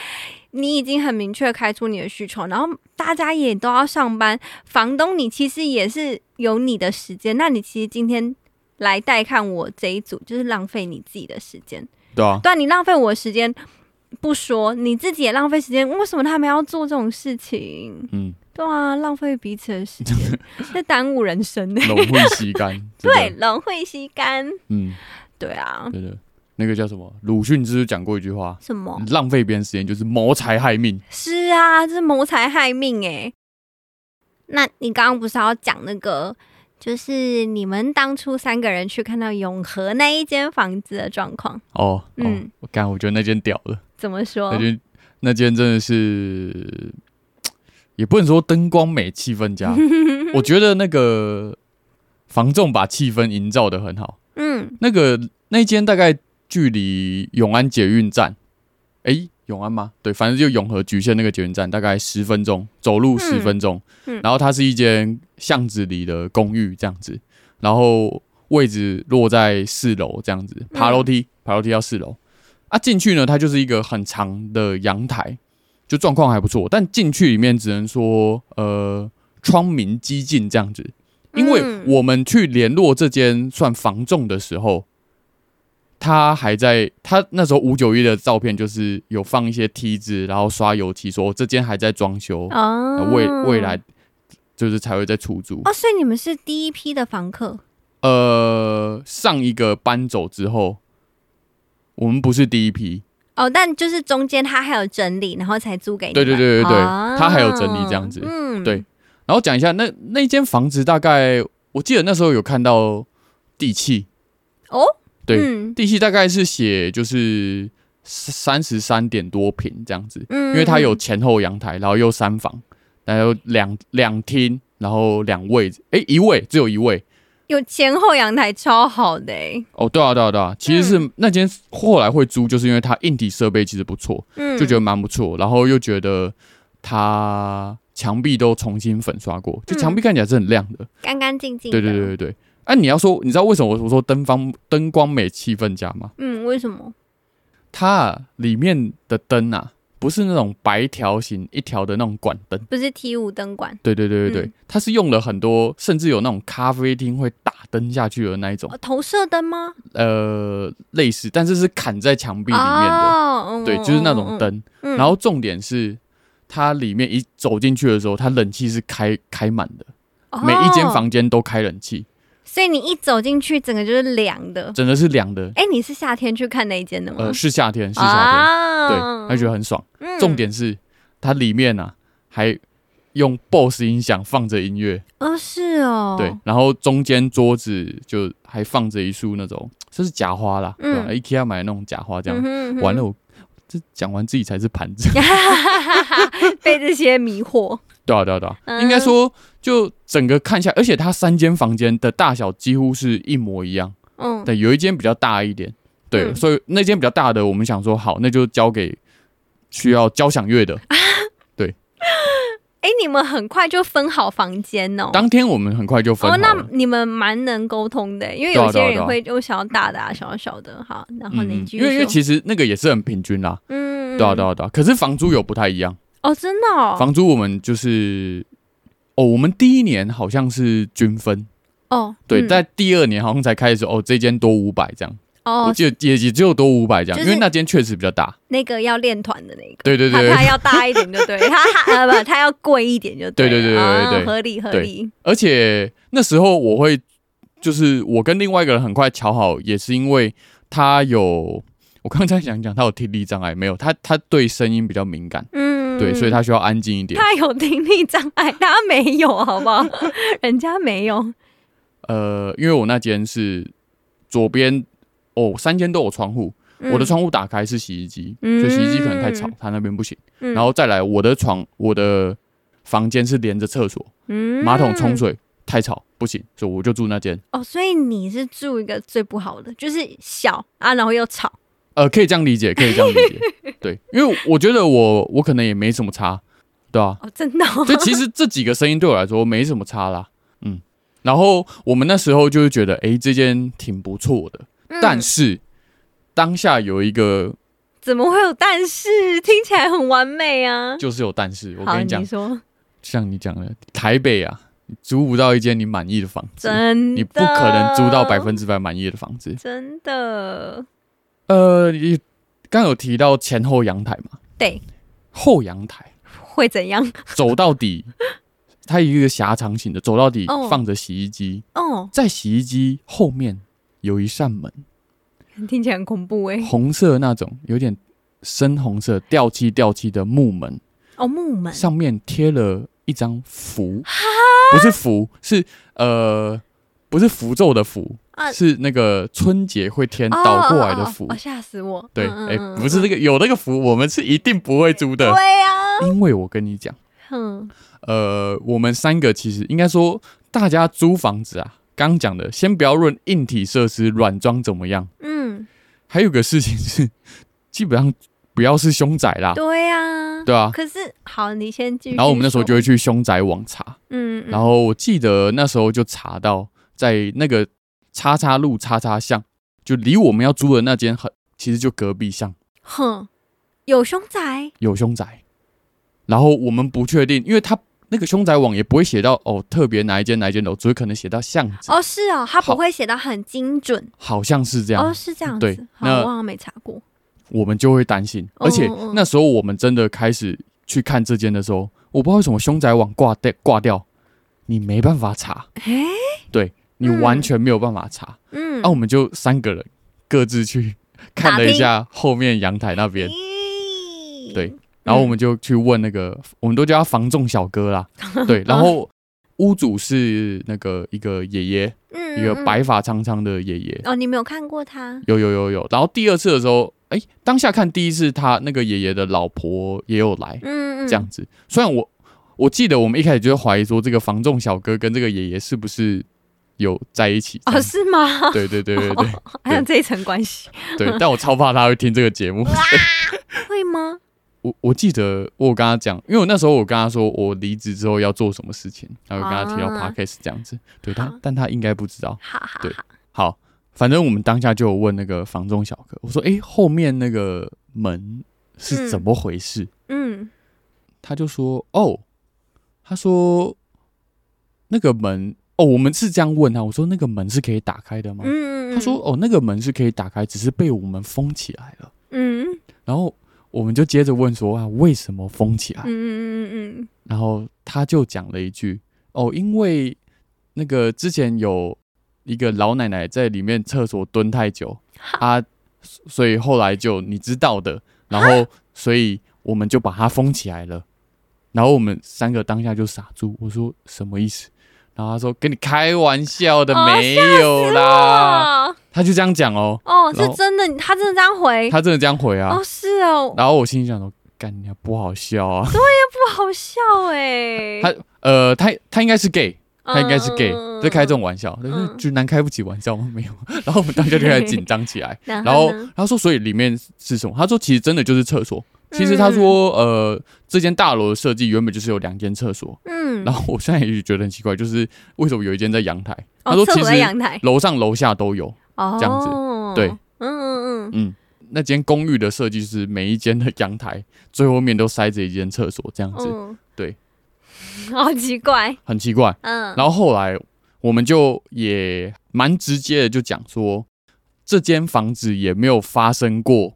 B: 你已经很明确地开出你的需求，然后大家也都要上班，房东你其实也是有你的时间，那你其实今天来带看我这一组，就是浪费你自己的时间，
A: 对啊，
B: 对、啊、你浪费我的时间不说，你自己也浪费时间，为什么他们要做这种事情？
A: 嗯，
B: 对啊，浪费彼此的时间，这耽误人生 呢、
A: 龙会吸 干，真
B: 对，
A: 的，
B: 龙会吸干。
A: 嗯，
B: 对啊，
A: 对的。那个叫什么？鲁迅之前讲过一句话：
B: 什么？
A: 浪费别人时间就是谋财害命。
B: 是啊，这是谋财害命哎、那你刚刚不是要讲那个，就是你们当初三个人去看到永和那一间房子的状况，
A: 哦，哦
B: 嗯，
A: 我干，我觉得那间屌了。
B: 怎么说
A: 那？间那间真的是，也不能说灯光美、气氛佳。我觉得那个房仲把气氛营造的很好。
B: 嗯，
A: 那个那间大概距离永安捷运站，诶，永安吗？对，反正就永和局限那个捷运站，大概十分钟，走路十分钟。
B: 嗯嗯
A: 然后它是一间巷子里的公寓这样子，然后位置落在四楼这样
B: 嗯
A: 子，爬楼梯，爬楼梯到四楼。啊，进去呢，它就是一个很长的阳台，就状况还不错，但进去里面只能说，呃，窗明几净这样子。因为
B: 嗯
A: 我们去联络这间算房仲的时候，他还在他那时候五九一的照片，就是有放一些梯子，然后刷油漆，说这间还在装修，那
B: 哦，
A: 呃未未来就是才会再出租。
B: 哦，所以你们是第一批的房客
A: 呃，上一个搬走之后，我们不是第一批，
B: 哦，但就是中间他还有整理，然后才租给你
A: 对对
B: 们。
A: 对对对
B: 哦
A: 他还有整理这样子
B: 嗯，
A: 对，然后讲一下那那间房子，大概我记得那时候有看到地契，
B: 哦，
A: 对，
B: 嗯
A: 地契大概是写就是三十三点多平这样子，
B: 嗯，
A: 因为它有
B: 嗯
A: 前后阳台，然后又三房，然后两两厅，然后两位，诶，一位只有一位。
B: 有前后阳台，超好的、欸，
A: 哦，对啊，对啊，对啊，其实
B: 嗯
A: 是那间后来会租，就是因为它硬体设备其实不错，
B: 嗯，
A: 就觉得蛮不错，然后又觉得它墙壁都重新粉刷过，
B: 嗯
A: 就墙壁看起来是很亮的。
B: 干干净净。
A: 对对对，对对。哎、你要说，你知道为什么我我说灯方灯光美、气氛佳吗？
B: 嗯，为什么？
A: 它、啊、里面的灯啊，不是那种白条形一条的那种管灯，
B: 不是 T 五灯管，
A: 对对对对对，
B: 嗯
A: 它是用了很多，甚至有那种咖啡厅会打灯下去的那一种，
B: 哦，投射灯吗？
A: 呃，类似，但是是砍在墙壁里面的，
B: 哦嗯
A: 对，就是那种。灯。
B: 嗯嗯嗯
A: 然后重点是，它里面一走进去的时候，它冷气是开开满的，每一间，
B: 哦
A: 房间都开冷气，
B: 所以你一走进去，整个就是凉的。
A: 真的是凉的。
B: 哎，你是夏天去看那一间的吗
A: 呃，？是夏天，是夏天，对，
B: 嗯啊
A: 他觉得很爽。
B: 得
A: 重点是它里面啊还用 BOSS 音响放着音乐，
B: 哦，是哦，
A: 对，然后中间桌子就还放着一束那种，这是假花啦，
B: 嗯
A: 对吧？IKEA 买的那种假花这样。
B: 嗯哼，
A: 完了
B: 嗯
A: 我，这讲完自己才是盘子。
B: 被这些迷惑，
A: 对啊，对啊，对啊，
B: 嗯
A: 应该说就整个看下，而且它三间房间的大小几乎是一模一样。
B: 嗯，
A: 对，有一间比较大一点，对，
B: 嗯
A: 所以那间比较大的，我们想说好，那就交给需要交响乐的。
B: 嗯哎、你们很快就分好房间哦。
A: 当天我们很快就分
B: 哦，
A: 好
B: 那
A: 了。
B: 你们蛮能沟通的，欸因为
A: 对啊
B: 有些
A: 对啊对
B: 人
A: 啊
B: 会就想要大的啊，小的小的，好，然后你
A: 嗯，
B: 继续
A: 因
B: 说、
A: 为因为其实那个也是很平均啦，
B: 嗯，嗯
A: 对啊对，啊对啊。可是房租有不太一样，
B: 哦，真的哦，
A: 房租我们就是，哦，我们第一年好像是均分，
B: 哦，
A: 对，
B: 嗯
A: 在第二年好像才开始哦，这间多五百这样，我
B: 哦，
A: 记得也也只有多五百这样，
B: 就
A: 因
B: 是
A: 为那间确实比较大，
B: 那个要练团的那个，
A: 对对
B: 他
A: 对
B: 他要大一点就对，他他呃不，他要贵一点就对了，
A: 对对对对对对
B: 啊合理合
A: 对
B: 理，
A: 而且那时候我会，就是我跟另外一个人很快瞧好，也是因为他有，我刚才想讲他有听力障碍没有？他他对声音比较敏感，
B: 嗯，
A: 对，所以他需要安静一点。
B: 他有听力障碍，他没有，好 不好？人家没有，
A: 呃，因为我那间是左边哦，三间都有窗户，
B: 嗯
A: 我的，窗户打开是洗衣机，
B: 嗯
A: 所以洗衣机可能太吵，他那边不行。
B: 嗯
A: 然后再来我的床，我的房间是连着厕所，
B: 嗯
A: 马桶冲水太吵不行，所以我就住那间。
B: 哦，所以你是住一个最不好的，就是小啊，然后又吵，
A: 呃，可以这样理解，可以这样理 解，对，因为我觉得我我可能也没什么差，对啊，
B: 哦，真的、哦，
A: 所以其 实这几个声音对我来说没什么差啦，嗯，然后我们那时候就是觉得，诶，这间挺不错的，
B: 嗯
A: 但是当下有一个
B: 怎么会有但是？听起来很完美啊。
A: 就是有但是，我
B: 好，
A: 跟你
B: 你
A: 讲，
B: 说
A: 像你讲的，台北啊，租不到一间你满意的房子，
B: 真的，
A: 你不可能租到百分之百满意的房子，
B: 真的，
A: 呃，你刚有提到前后阳台嘛，
B: 对，
A: 后阳 台。
B: 会怎样？
A: 走到底，它一个狭长型的，走到底
B: 哦
A: 放着洗衣机，
B: 哦，
A: 在洗衣机后面有一扇门，
B: 听起来很恐怖哎、
A: 红色那种，有点深红色掉漆掉漆的木门，
B: 哦，木门，
A: 上面贴了一张符，不是符，是呃。不是符咒的符，
B: 啊
A: 是那个春节会贴倒过来的符
B: 哦哦哦。哦吓、死我！
A: 对，
B: 嗯
A: 哎、不是那，个有那个符，我们是一定不会租
B: 嗯嗯
A: 的，
B: 对呀、啊，
A: 因为我跟你讲。
B: 哼，
A: 呃，我们三个其实应该说，大家租房子啊，刚讲的，先不要论硬体设施、软装怎么样，
B: 嗯，
A: 还有个事情是，基本上不要是凶宅啦，
B: 对呀、
A: 对啊。
B: 可是好，你先继续说。
A: 然后我们那时候就会去凶宅网查，
B: 嗯，嗯
A: 然后我记得那时候就查到，在那个叉叉路叉叉巷，就离我们要租的那间很，其实就隔壁巷
B: 哼，有凶宅，
A: 有凶宅，然后我们不确定，因为他那个凶宅网也不会写到哦特别哪一间哪一间楼，只会可能写到巷子，
B: 哦，是哦，他不
A: 好
B: 会写到很精准，
A: 好像是这样。
B: 哦，是这样
A: 对
B: 子。好，
A: 那
B: 我好像没查过。
A: 我们就会担心。
B: 哦
A: 而且
B: 哦
A: 那时候我们真的开始去看这间的时候，我不知道为什么凶宅网挂掉挂掉，你没办法查，
B: 哎，
A: 对你
B: 嗯
A: 完全没有办法查。
B: 嗯，
A: 啊那、我们就三个人各自去看了一下后面阳台那
B: 嗯
A: 边，
B: 咦，
A: 对然后我们就去问那个，我们都叫他房仲小哥 啦，对，然后。屋主是那个一个爷爷，
B: 嗯，嗯
A: 一个
B: 嗯
A: 白发苍苍的爷爷，
B: 哦，你没有看过他？
A: 有有有有。然后第二次的时候，哎，当下看第一次他那个爷爷的老婆也有来，
B: 嗯，嗯
A: 这样，子。虽然我我记得我们一开始就会怀疑说，这个房仲小哥跟这个爷爷是不是有在一起？
B: 哦，是吗？
A: 对对对对对
B: 还有这一层关系，
A: 对。但我超怕他会听这个节目。
B: 会吗？
A: 我我记得我有跟他讲，因为我那时候我跟他说我离职之后要做什么事情，然后有跟他提到
B: 啊
A: podcast 这样子。对
B: 好
A: 他，但他应该不知道。
B: 好好
A: 对
B: 好，
A: 好，反正我们当下就有问那个房仲小哥，我说：“诶，后面那个门是怎么回事？”
B: 嗯，
A: 他就说：“哦，他说那个门哦，我们是这样问他，我说那个门是可以打开的吗？
B: 嗯，嗯
A: 他说，：哦，那个门是可以打开，只是被我们封起来了。
B: 嗯嗯
A: 然后我们就接着问说啊，为什么封起来？
B: 嗯嗯嗯
A: 然后他就讲了一句：哦，因为那个之前有一个老奶奶在里面厕所蹲太久啊，所以后来就你知道
B: 啊
A: 的，然后所以我们就把它封起来了。然后我们三个当下就傻住，我说什么意思？然后他说跟你开玩笑的，
B: 哦
A: 没有啦，
B: 哦
A: 他就这样讲哦，
B: 哦，
A: 然
B: 是
A: 后
B: 真的，他真的这样回
A: 他真的这样回啊
B: 哦，，是哦，
A: 然后我心里想说，干你啊不好笑啊，
B: 不好笑哎，
A: 他呃他他应该是 gay，他应该是
B: 嗯
A: gay，
B: 嗯
A: 在开这种
B: 嗯
A: 玩笑，但
B: 嗯，
A: 是直男开不起玩笑吗？没有。 然后我们大家就开始紧张起来
B: 然
A: 然后
B: 呢
A: 他说，所以里面是什么？他说其实真的就是厕所。其实他
B: 嗯
A: 说，呃，这间大楼的设计原本就是有两间厕所，
B: 嗯，
A: 然后我现在也觉得很奇怪，就是为什么有一间在阳台？他
B: 哦，
A: 说
B: 厕
A: 其
B: 所在
A: 实
B: 阳台，
A: 楼上楼下都有，
B: 哦，
A: 这样子对，
B: 嗯嗯嗯，
A: 嗯。那间公寓的设计是每一间的阳台最后面都塞着一间厕所，这样子、
B: 嗯，
A: 对，
B: 好奇怪，
A: 很奇怪。
B: 嗯，
A: 然后后来我们就也蛮直接的就讲说，这间房子也没有发生过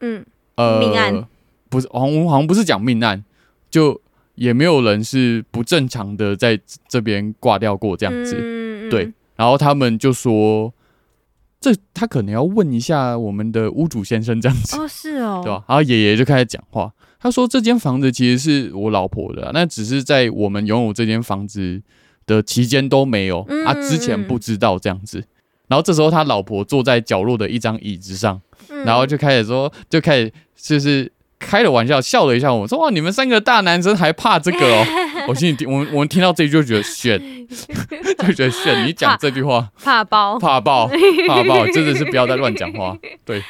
B: 嗯
A: 呃
B: 命案，
A: 不是，好像我们好像不是讲命案，就也没有人是不正常的在这边挂掉过这样子。
B: 嗯
A: 对，然后他们就说，这他可能要问一下我们的屋主先生这样子，
B: 哦是哦，
A: 对吧？然后爷爷就开始讲话，他说这间房子其实是我老婆的啊、那只是在我们拥有这间房子的期间都没有
B: 嗯
A: 啊，
B: 嗯
A: 之前
B: 嗯
A: 不知道这样子。然后这时候他老婆坐在角落的一张椅子上，
B: 嗯
A: 然后就开始说，就开始就是开了玩笑，笑了一下我，说哇，你们三个大男生还怕这个 哦？我心里听我们我们听到这句就觉得炫，就觉得炫，你讲这句话
B: 怕哦包，
A: 怕 爆怕爆，真的是不要再乱讲话。对，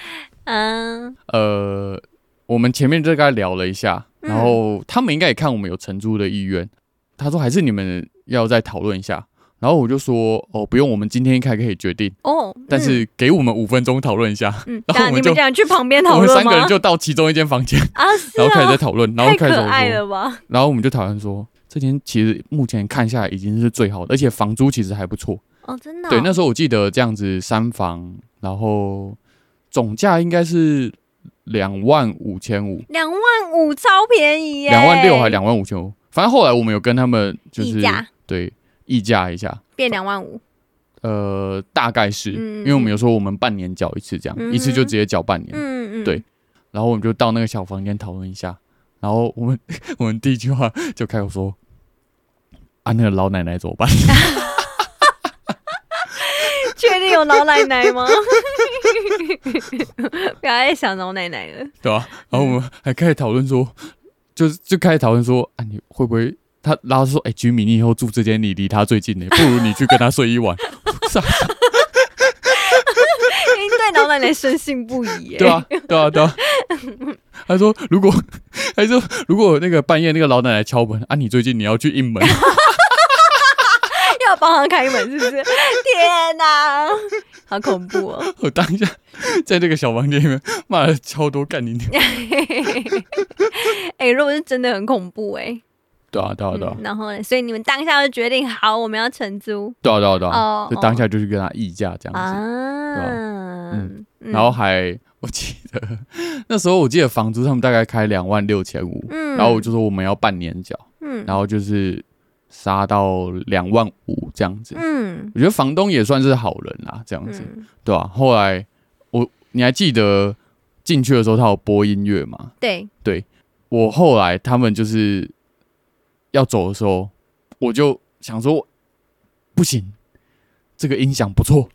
B: 嗯
A: 呃，我们前面大概聊了一下，
B: 嗯
A: 然后他们应该也看我们有承租的意愿，他说还是你们要再讨论一下。然后我就说哦，不用，我们今天应该可以决定，
B: 哦，
A: 但是给我们五分钟讨论一下。
B: 嗯，嗯
A: 然后我
B: 那
A: 们
B: 你
A: 就
B: 们俩去旁边
A: 我
B: 讨
A: 们
B: 论
A: 三
B: 吗？
A: 个人就到其中一间房 间，
B: 啊是
A: 然后开始在
B: 哦，
A: 讨论，然后
B: 太
A: 开始
B: 可
A: 我
B: 爱
A: 说，
B: 了吧，
A: 然后我们就讨论说，这间其实目前看下来已经是最好的，而且房租其实还不错。
B: 哦真的哦，
A: 对，那时候我记得这样子三房，然后总价应该是两万五千五，
B: 两万五超便宜耶，
A: 两万六还两万五千五，反正后来我们有跟他们就是
B: 议价
A: 对议价一下，
B: 变两万五，
A: 呃，大概是、
B: 嗯
A: 因为我们有时候我们半年缴一次，这样、
B: 嗯哼
A: 一次就直接缴半年，
B: 嗯嗯，
A: 对然后我们就到那个小房间讨论一下，然后我们 我们第一句话就开口说，啊，那个老奶奶怎么办？
B: 确定有老奶奶 吗？不要再想老奶奶了。
A: 对吧、然后我们还开始讨论说，就是就开始讨论说，啊，你会不会？他然后他说，哎、居民，你以后住这间，你离他最近呢，不如你去跟他睡一晚， 是啊
B: 因为对老奶奶深信不疑耶。
A: 对啊，对啊，对啊。他说，如果，他说，如果那个半夜那个老奶奶敲门，啊，你最近你要去应门，
B: 要帮他开门是不是？天哪、好恐怖 哦！
A: 我当下在这个小房间里面骂了超多干你娘，
B: 哎、如果是真的很恐怖哎、
A: 对啊，对啊，对啊
B: 嗯。，然后呢？所以你们当下就决定，好，我们要承租
A: 对啊，对啊，对啊
B: 哦，
A: 就当下就去跟他议价这样子。
B: 啊。
A: 嗯
B: 嗯，
A: 然后还我记得那时候我记得房租他们大概开两万六千五，
B: 嗯
A: 然后我就说我们要半年缴，
B: 嗯
A: 然后就是杀到两万五这样子。
B: 嗯
A: 我觉得房东也算是好人啦，这样子，
B: 嗯，
A: 对吧、后来我你还记得进去的时候他有播音乐吗？
B: 对，
A: 我后来他们就是要走的时候，我就想说不行，这个音响不错，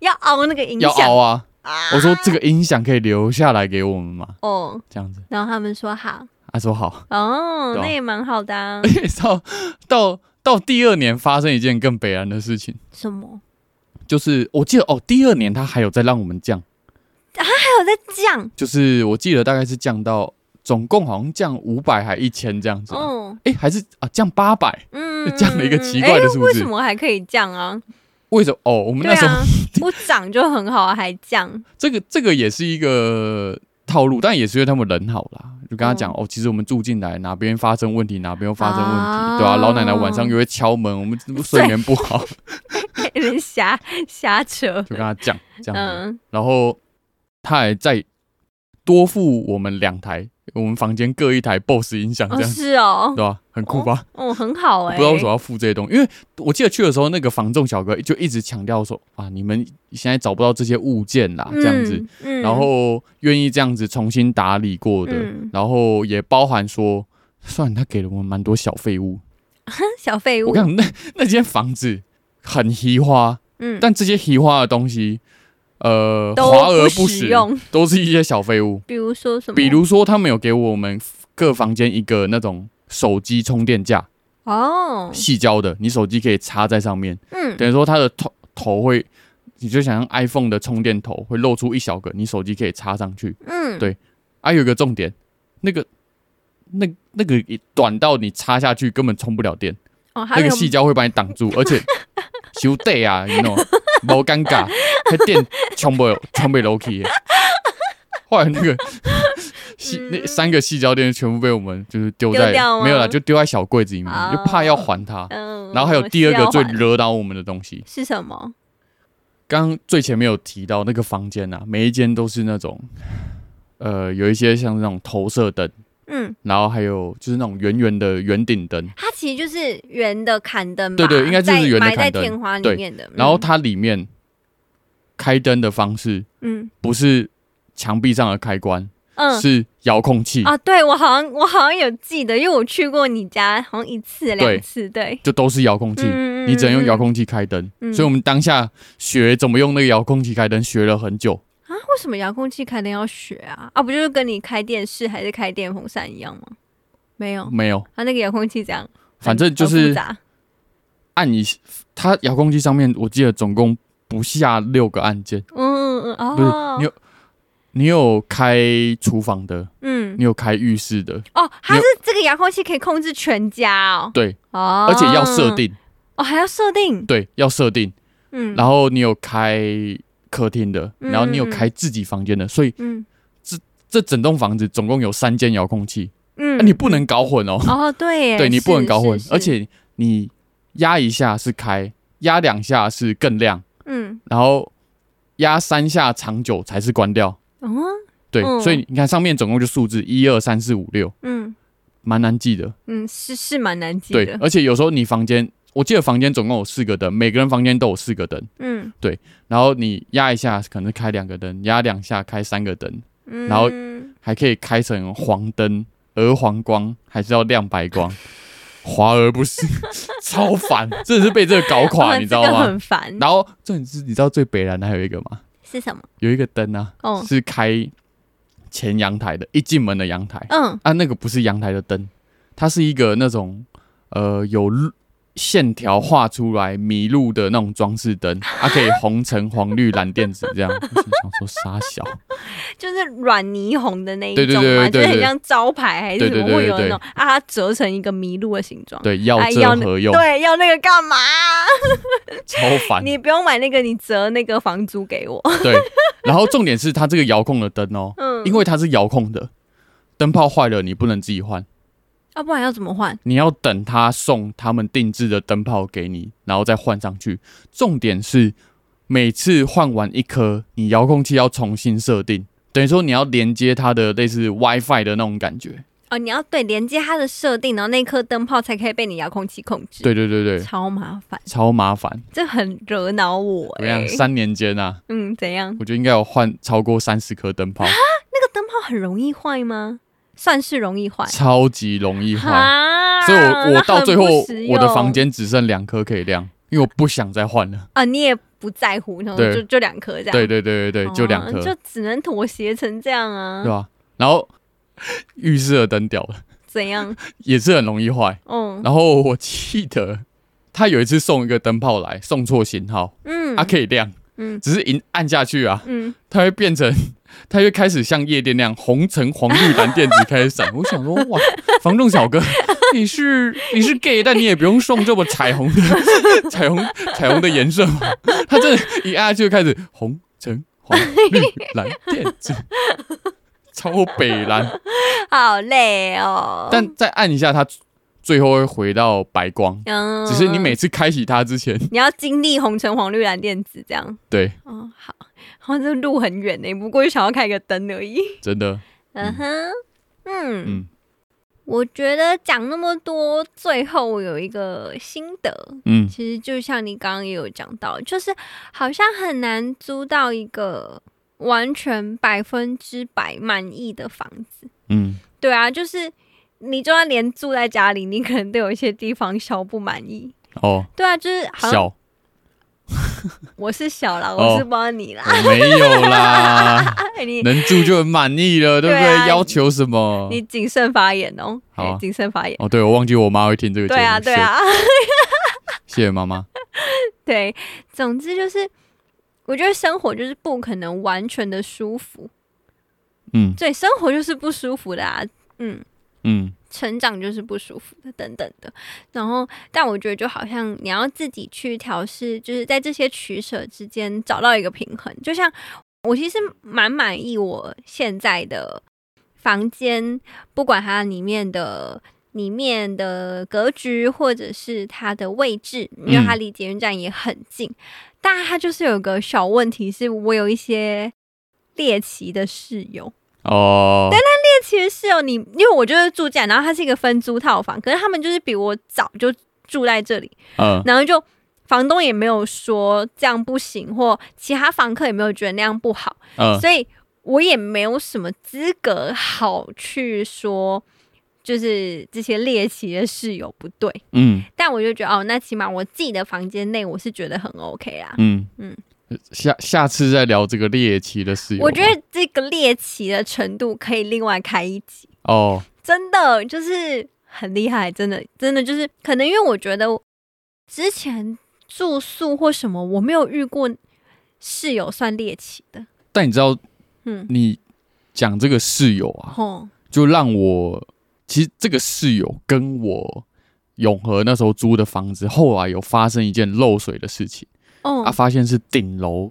B: 要熬那个影
A: 要
B: 响
A: 熬啊。
B: 啊
A: 我说这个音响可以留下来给我们吗？
B: 哦。
A: 这样子，
B: 然后他们说好
A: 他说好。
B: 哦，
A: 对啊
B: 那也蛮好的、啊
A: 而。且到到到第二年发生一件更北然的事情，
B: 什么？
A: 就是我记得哦，第二年他还有再让我们降，
B: 还
A: 哎
B: 哦有在降
A: 就是我记得大概是降到总共好像降五百还一千这样子吧，哎、
B: 哦，
A: 还是啊降八百，
B: 嗯，
A: 降了一个
B: 嗯嗯
A: 奇怪的
B: 哎
A: 数
B: 为
A: 字
B: 什么还可以降啊？
A: 为什么？哦，我们
B: 对
A: 那时候、
B: 啊， 不涨就很好，还降。
A: 这个这个也是一个套路，但也是因为他们人好啦，就跟他讲、
B: 嗯
A: 哦，其实我们住进来哪边发生问题，哪边又发生问题，
B: 啊
A: 对吧、老奶奶晚上又会敲门，我们睡眠不 好，
B: 有点瞎瞎扯。
A: 就跟他讲这样子。
B: 嗯
A: 然后他还再多付我们两台，我们房间各一台 BOSS 音响，这
B: 哦，
A: 样、
B: 是哦，
A: 对吧？很酷吧？
B: 哦，很好
A: 我
B: 哎、
A: 不知道为什么要付这些东西，因为我记得去的时候，那个房仲小哥就一直强调说啊，你们现在找不到这些物件啦，这样子，
B: 嗯，嗯
A: 然后愿意这样子重新打理过的，
B: 嗯
A: 然后也包含说，算他给了我们蛮多小废物，
B: 小废
A: 我
B: 物
A: 跟，你讲，那那间房子很稀花，
B: 嗯，
A: 但这些稀花的东西，呃，
B: 都
A: 华而
B: 不实
A: 实
B: 用，
A: 都是一些小废物。
B: 比如说什么，
A: 比如说，他们有给我们各房间一个那种手机充电架，
B: 哦，
A: 细胶的，你手机可以插在上面，
B: 嗯，
A: 等于说它的头头会，你就想象 iPhone 的充电头会露出一小个，你手机可以插上去。
B: 嗯，
A: 对还、啊有一个重点，那个那那个短到你插下去根本充不了电，
B: 哦，还
A: 那
B: 有
A: 个细胶会把你挡 住，而且修对啊，你 know，冇尴尬， 还电充不充不 low key。后来那个细那三个细胶垫全部被我们就是丢
B: 嗯丢
A: 在
B: 掉吗啊
A: 没有啦，就丢在小柜子里面，就怕要还它。
B: 嗯，
A: 然后还有第二个最
B: 是要还
A: 惹恼我们的东西，
B: 是什么？
A: 刚刚最前面有提到那个房间啊，每一间都是那种，呃，有一些像那种投射灯，
B: 嗯，
A: 然后还有就是那种圆圆的圆顶灯，
B: 它其实就是圆的砍灯
A: 对
B: 吧，
A: 对应该就是
B: 在
A: 圆的
B: 埋在
A: 砍灯
B: 天花里
A: 对
B: 面的。
A: 然后它里面开灯的方式
B: 嗯
A: 不是墙壁上的开关，
B: 嗯
A: 是遥控器，
B: 啊，对我好像我好像有记得，因为我去过你家，好像一次两次，对，
A: 就都是遥控器，
B: 嗯
A: 你只能用遥控器开灯。
B: 嗯
A: 所以我们当下学怎么用那个遥控器开灯，学了很久。
B: 啊？为什么遥控器开灯要学啊？啊，不就是跟你开电视还是开电风扇一样吗？没有，啊
A: 没有，
B: 它、那个遥控器这样，
A: 嗯反正就
B: 哦很复
A: 是
B: 杂
A: 按一，它遥控器上面我记得总共不下六个按键。
B: 嗯嗯嗯
A: 不是
B: 哦，
A: 你有你有开厨房的，
B: 嗯
A: 你有开浴室的，
B: 哦，它
A: 你
B: 是这个遥控器可以控制全家哦，
A: 对，
B: 哦，
A: 而且要设定，
B: 哦，还要设定，
A: 对，要设定。
B: 嗯，
A: 然后你有开客厅的，
B: 嗯
A: 然后你有开自己房间的，所以
B: 嗯
A: 这整栋房子总共有三间遥控器，
B: 嗯，
A: 啊你不能搞混 哦，
B: 哦，对耶，
A: 对你不能
B: 是
A: 搞混
B: 是，是
A: 而且你压一下是开，压两下是更亮，
B: 嗯，
A: 然后压三下长久才是关掉。
B: 哦，
A: 对，
B: 嗯
A: 所以你看上面总共就数字一二三四五六，
B: 嗯
A: 蛮难记的。
B: 嗯，是是蛮难记
A: 对
B: 的，，
A: 而且有时候你房间，我记得房间总共有四个灯，每个人房间都有四个灯，
B: 嗯
A: 然后你压一下可能开两个灯，压两下开三个灯，
B: 嗯，
A: 然后还可以开成黄灯、鹅黄光，还是要亮白光， 华而不实， 超烦，真的是被这个搞
B: 哦
A: 垮， 你知道
B: 这个
A: 吗？
B: 很烦，
A: 然后这点是，你知道最北蓝的还有一个吗？
B: 是什么？
A: 有一个灯啊，
B: 哦
A: 是开前阳台的，一进门的阳台
B: 嗯
A: 啊，那个不是阳台的灯，它是一个那种呃有路线条画出来迷路的那种装饰灯，它、可以红橙黄绿蓝靛紫这样。我心想说傻小，，
B: 就是软霓虹的那一
A: 对对
B: 种
A: 对
B: 嘛，
A: 对对
B: 就是很
A: 对
B: 像招牌还是
A: 对
B: 什么，
A: 对对
B: 会有那
A: 对
B: 种啊，它折成一个麋鹿的形状。
A: 对，要
B: 哎要
A: 这
B: 那
A: 何用？
B: 对，要那个干 嘛？
A: 超烦。
B: 你不用买那个，你折那个房租给我。
A: 对，然后重点是它这个遥控的灯哦，
B: 嗯，
A: 因为它是遥控的，灯泡坏了你不能自己换，
B: 要不然要怎么换？
A: 你啊要等他送他们定制的灯泡给你，然后再换上去。重点是每次换完一颗，你遥控器要重新设定，等于说你要连接它的类似 WiFi 的那种感觉。
B: 哦，你要对连接它的设定，然后那颗灯泡才可以被你遥控器控制。
A: 对对对对，
B: 超麻烦，
A: 超麻烦。
B: 这很惹恼我、
A: 怎么
B: 欸
A: 样？。三年间啊，
B: 嗯，怎样？
A: 我觉得应该有换超过三十颗灯泡，
B: 那个灯泡很容易坏吗？算是容易坏。
A: 超级容易坏。
B: 啊
A: 所以我我到最后我的房。
B: 那很不实用
A: 间只剩两颗可以亮，因为我不想再换了。
B: 啊，你也不在乎，然后
A: 对
B: 就就两颗这样，
A: 对对对对对，就两颗，
B: 哦就
A: 对
B: 只能妥协成这样啊，
A: 吧？然后浴室的灯掉了，
B: 怎样？
A: 也是很容易坏。
B: 嗯
A: 然后我记得他有一次送一个灯泡来，送错型号，
B: 嗯
A: 它、啊可以亮，
B: 嗯
A: 只是一按下去啊，
B: 嗯，
A: 它会变成， 它会开始像夜店那样红橙黄绿蓝靛紫开始 闪。我想说，哇，房仲小哥，你是你是 gay，但你也不用送这么彩虹的 彩虹彩虹的颜色嘛。他真的，一按下去就开始红橙黄绿蓝靛紫，超北 蓝。
B: 好累哦。
A: 但再按一下，它最后会回到白光。
B: 嗯
A: 只是你每次开启它之前，
B: 你要经历红橙黄绿蓝靛紫这样，
A: 对，
B: 哦好，好像这路很远呢，不过就想要开个灯而已。
A: 真的，
B: 嗯哼，嗯，
A: 嗯
B: 我觉得讲那么多，最后我有一个心得，
A: 嗯，
B: 其实就像你刚刚也有讲到，就是好像很难租到一个完全百分之百满意的房子。
A: 嗯，
B: 对啊，就是你就算连住在家里，你可能都有一些地方小不满意。
A: 哦，
B: 对啊，就是好像
A: 小
B: 我是小啦，
A: 哦
B: 我是不知道你啦。
A: 我没有 啦，
B: 哎，你
A: 能住就很满意了，对不
B: 对啊
A: 对？要求什么？
B: 你谨慎发言哦，
A: 好啊
B: 哎谨慎发言。
A: 哦，对，我忘记我妈会听这个节目。
B: 对啊，对啊，
A: 谢，谢谢妈妈。
B: 对。总之就是，我觉得生活就是不可能完全的舒服，
A: 嗯
B: 对，生活就是不舒服的啊，嗯。
A: 嗯，
B: 成长就是不舒服的，等等的。然后，但我觉得就好像你要自己去调试，就是在这些取舍之间找到一个平衡。就像我其实蛮满意我现在的房间，不管它里面的里面的格局，或者是它的位置，因为它离捷运站也很近。但它就是有个小问题，是我有一些猎奇的室友。
A: 哦，
B: 其实是哦，你因为我就是住这样，然后它是一个分租套房，可是他们就是比我早就住在这里，
A: 嗯
B: 然后就房东也没有说这样不行，或其他房客也没有觉得那样不好，
A: 嗯，
B: 所以我也没有什么资格好去说，就是这些猎奇的室友不对。
A: 嗯
B: 但我就觉得哦，那起码我自己的房间内我是觉得很 OK 啦。
A: 嗯嗯
B: 嗯，
A: 下下次再聊这个猎奇的事。
B: 我觉得这个猎奇的程度可以另外开一集。
A: 哦，
B: 真的就是很厉害，真的真的就是可能因为我觉得之前住宿或什么，我没有遇过室友算猎奇的，
A: 但你知道
B: 嗯，
A: 你讲这个室友啊，
B: 吼，
A: 就让我其实这个室友跟我永和那时候租的房子，后来有发生一件漏水的事情，
B: 哦，
A: 啊，发现是顶楼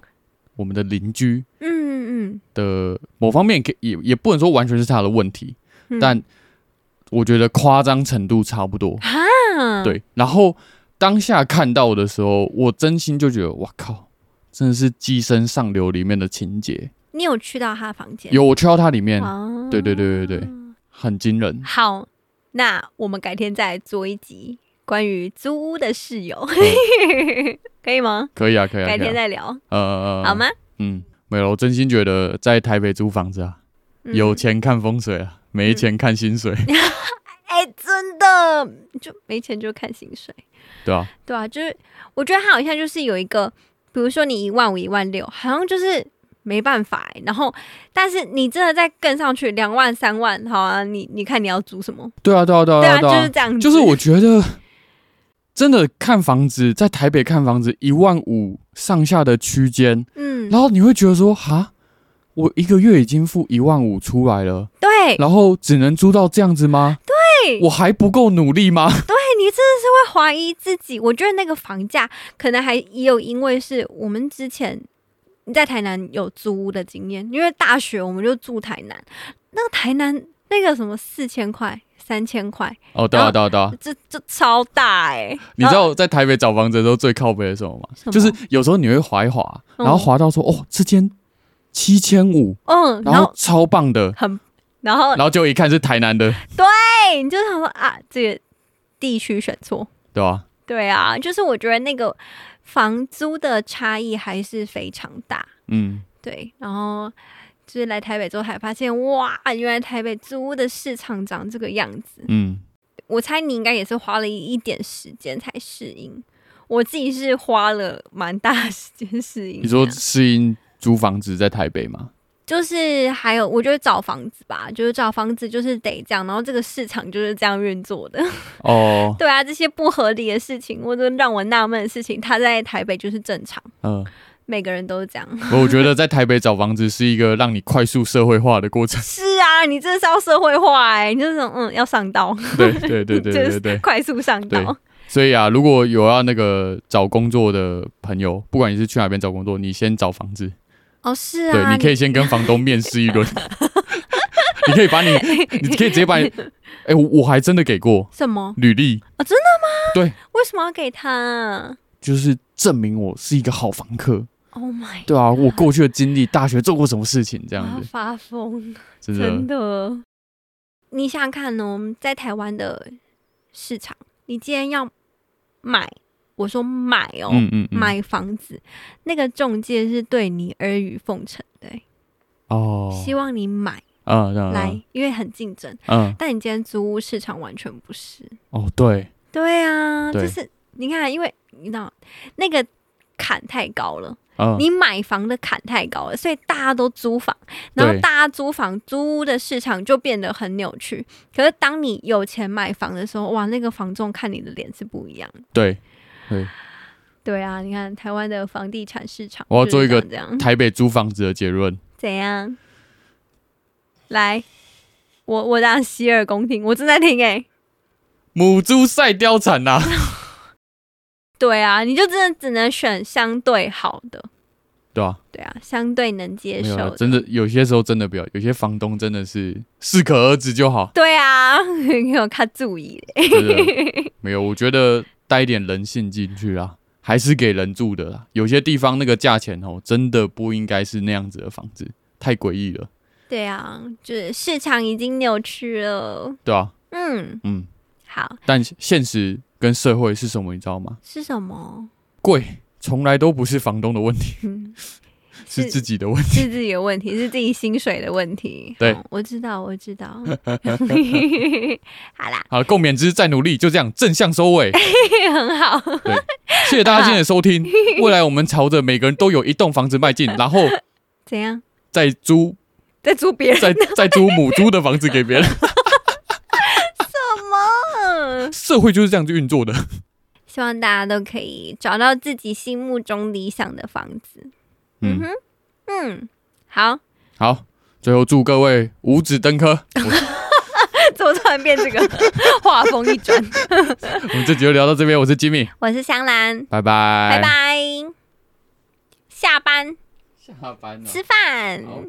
A: 我们的邻居
B: 嗯嗯
A: 的某方面可以，也也不能说完全是他的问题，
B: 嗯，
A: 但我觉得夸张程度差不多。
B: 啊，，
A: 对，然后当下看到的时候，我真心就觉得，哇靠，真的是《寄生上流》里面的情节。
B: 你有去到他的房间？
A: 有我去到它里面，
B: 啊
A: 对对对对对，很惊人。
B: 好，那我们改天再做一集关于租屋的室友， 可以吗？
A: 可以啊，嗯可以啊，
B: 改
A: 可以
B: 天
A: 啊
B: 再聊，
A: 呃，
B: 好吗？
A: 嗯，没有，我真心觉得在台北租房子啊，
B: 嗯
A: 有钱看风水啊，没钱看薪 水，
B: 哎、真的就没钱就看薪水。
A: 对啊，
B: 对啊，就是我觉得他好像就是有一个，比如说你一万五、一万六，好像就是没办法、欸。然后，但是你真的再更上去两万、三万，好啊，你你看你要租什么？
A: 对啊，对啊，对啊，
B: 对啊，
A: 对
B: 就是
A: 啊，
B: 这样子。
A: 就是我觉得。真的看房子，在台北看房子一万五上下的区间，
B: 嗯，
A: 然后你会觉得说，哈，我一个月已经付一万五出来了，
B: 对，哎，
A: 然后只能租到这样子吗？
B: 对
A: 我还不够努力 吗？
B: 你真的是会怀疑自己。我觉得那个房价可能还也有因为是我们之前你在台南有租屋的经验，因为大学我们就住台南，那个台南那个什么四千块、三千块，
A: 哦，对啊，对啊，对啊，
B: 这这超大哎、
A: 你知道我在台北找房子的时候最靠北的是什么吗？
B: 什么
A: 就是有时候你会滑一滑，然后滑到说，哦，这间七千五，
B: 嗯，
A: 然
B: 然
A: 后嗯
B: 后哦
A: 超棒的，
B: 很，然后
A: 然后就一看是台南的，
B: 哎，你就想说啊，这个地区选错，
A: 对吧、
B: 对啊，就是我觉得那个房租的差异还是非常大，
A: 嗯，
B: 对，然后就是来台北之后才发现，哇，原来台北租屋的市场长这个样子，
A: 嗯，
B: 我猜你应该也是花了一点时间才适应。我自己是花了蛮大的时间适应的。
A: 你说适应租房子在台北 吗？
B: 就是还有，我觉得找房子吧，就是找房子就是得这样，然后这个市场就是这样运作的。
A: 哦，
B: 对啊，这些不合理的事情，或者让我纳闷的事情，他在台北就是正常，
A: 嗯、
B: 每个人都是这样。
A: 我觉得在台北找房子是一个让你快速社会化的过程。
B: 是啊，你这是要社会化哎、你就是嗯要上道，
A: 对对对对对对
B: 就是
A: 对。
B: 快速上
A: 对
B: 道。
A: 所以啊，如果有要那个找工作的朋友，不管你是去哪边找工作，你先找房子，
B: 哦，是
A: 对，
B: 啊，
A: 你可以先跟房东面试一 轮， 你可以把你，你可以直接把你，哎、我我还真的给过
B: 什么？
A: 履历
B: 啊真
A: 的吗？对，
B: 为什么要给他啊
A: 就是证明我是一个好房客，
B: ？Oh my，
A: 对啊，我过去的经历，大学做过什么事情，这
B: 我
A: 样
B: 要
A: 子，
B: 发疯，
A: 真的，
B: 啊真的。你想想看哦，在台湾的市场，你今天要买，我说买哦，
A: 嗯嗯嗯，
B: 买房子，那个中介是对你阿谀奉承的欸、
A: 哦，
B: 希望你买，
A: 嗯嗯
B: 来，因为很竞争。
A: 嗯，
B: 但你今天租屋市场完全不是。
A: 哦对，
B: 对啊，
A: 对
B: 就是你看，因为你知道那个坎太高了，
A: 嗯
B: 你买房的坎太高了，所以大家都租房，然后
A: 对
B: 大家租房租屋的市场就变得很扭曲。可是当你有钱买房的时候，哇，那个房仲看你的脸是不一样的。
A: 对对，
B: 对啊，你看台湾的房地产市场，
A: 我要做一个
B: 这样
A: 台北租房子的结论，
B: 怎样？来，我我打洗耳恭听，我正在听哎、
A: 母猪赛貂蝉啊呐，
B: 对啊，你就真的只能选相对好的，
A: 对吧？
B: 对啊，相对能接
A: 没
B: 受。
A: 有啦，真的有些时候真的不要，有些房东真的是适可而止就 好
B: 对啊， 你有看注意嘞。
A: 真的没有，我觉得带一点人性进去啦，还是给人住的啦。有些地方那个价钱哦，真的不应该是那样子的房子，太诡异了，
B: 对啊，就是市场已经扭曲了。
A: 对吧、
B: 嗯，
A: 嗯，
B: 好，
A: 但现实跟社会是什么，你知道吗？
B: 是什么？
A: 贵从来都不是房东的问题，
B: 嗯，
A: 是自己的问题。
B: 是自己的问 题，是自己薪水的问题。
A: 对
B: 好我知道，我知道。 好啦，
A: 好，共勉之，再努力，就这样正向收尾。
B: 也很好。
A: 谢谢大家今天的收听。未来我们朝着每个人都有一栋房子迈进，然后
B: 怎样？
A: 再租
B: 在租别人嗯
A: 再再租母猪的房子给 别人。
B: 什么？
A: 社会就是这样子运作的。
B: 希望大家都可以找到自己心目中理想的房子。
A: 嗯，
B: 嗯哼，嗯，好，
A: 好，最后祝各位五指登 科。我
B: 怎么突然变这个 画风一转？
A: 我们这集就聊到这边，我是吉米，
B: 我是香兰，
A: 拜拜，
B: 拜拜。下班
A: 下班
B: 吃饭。
A: 好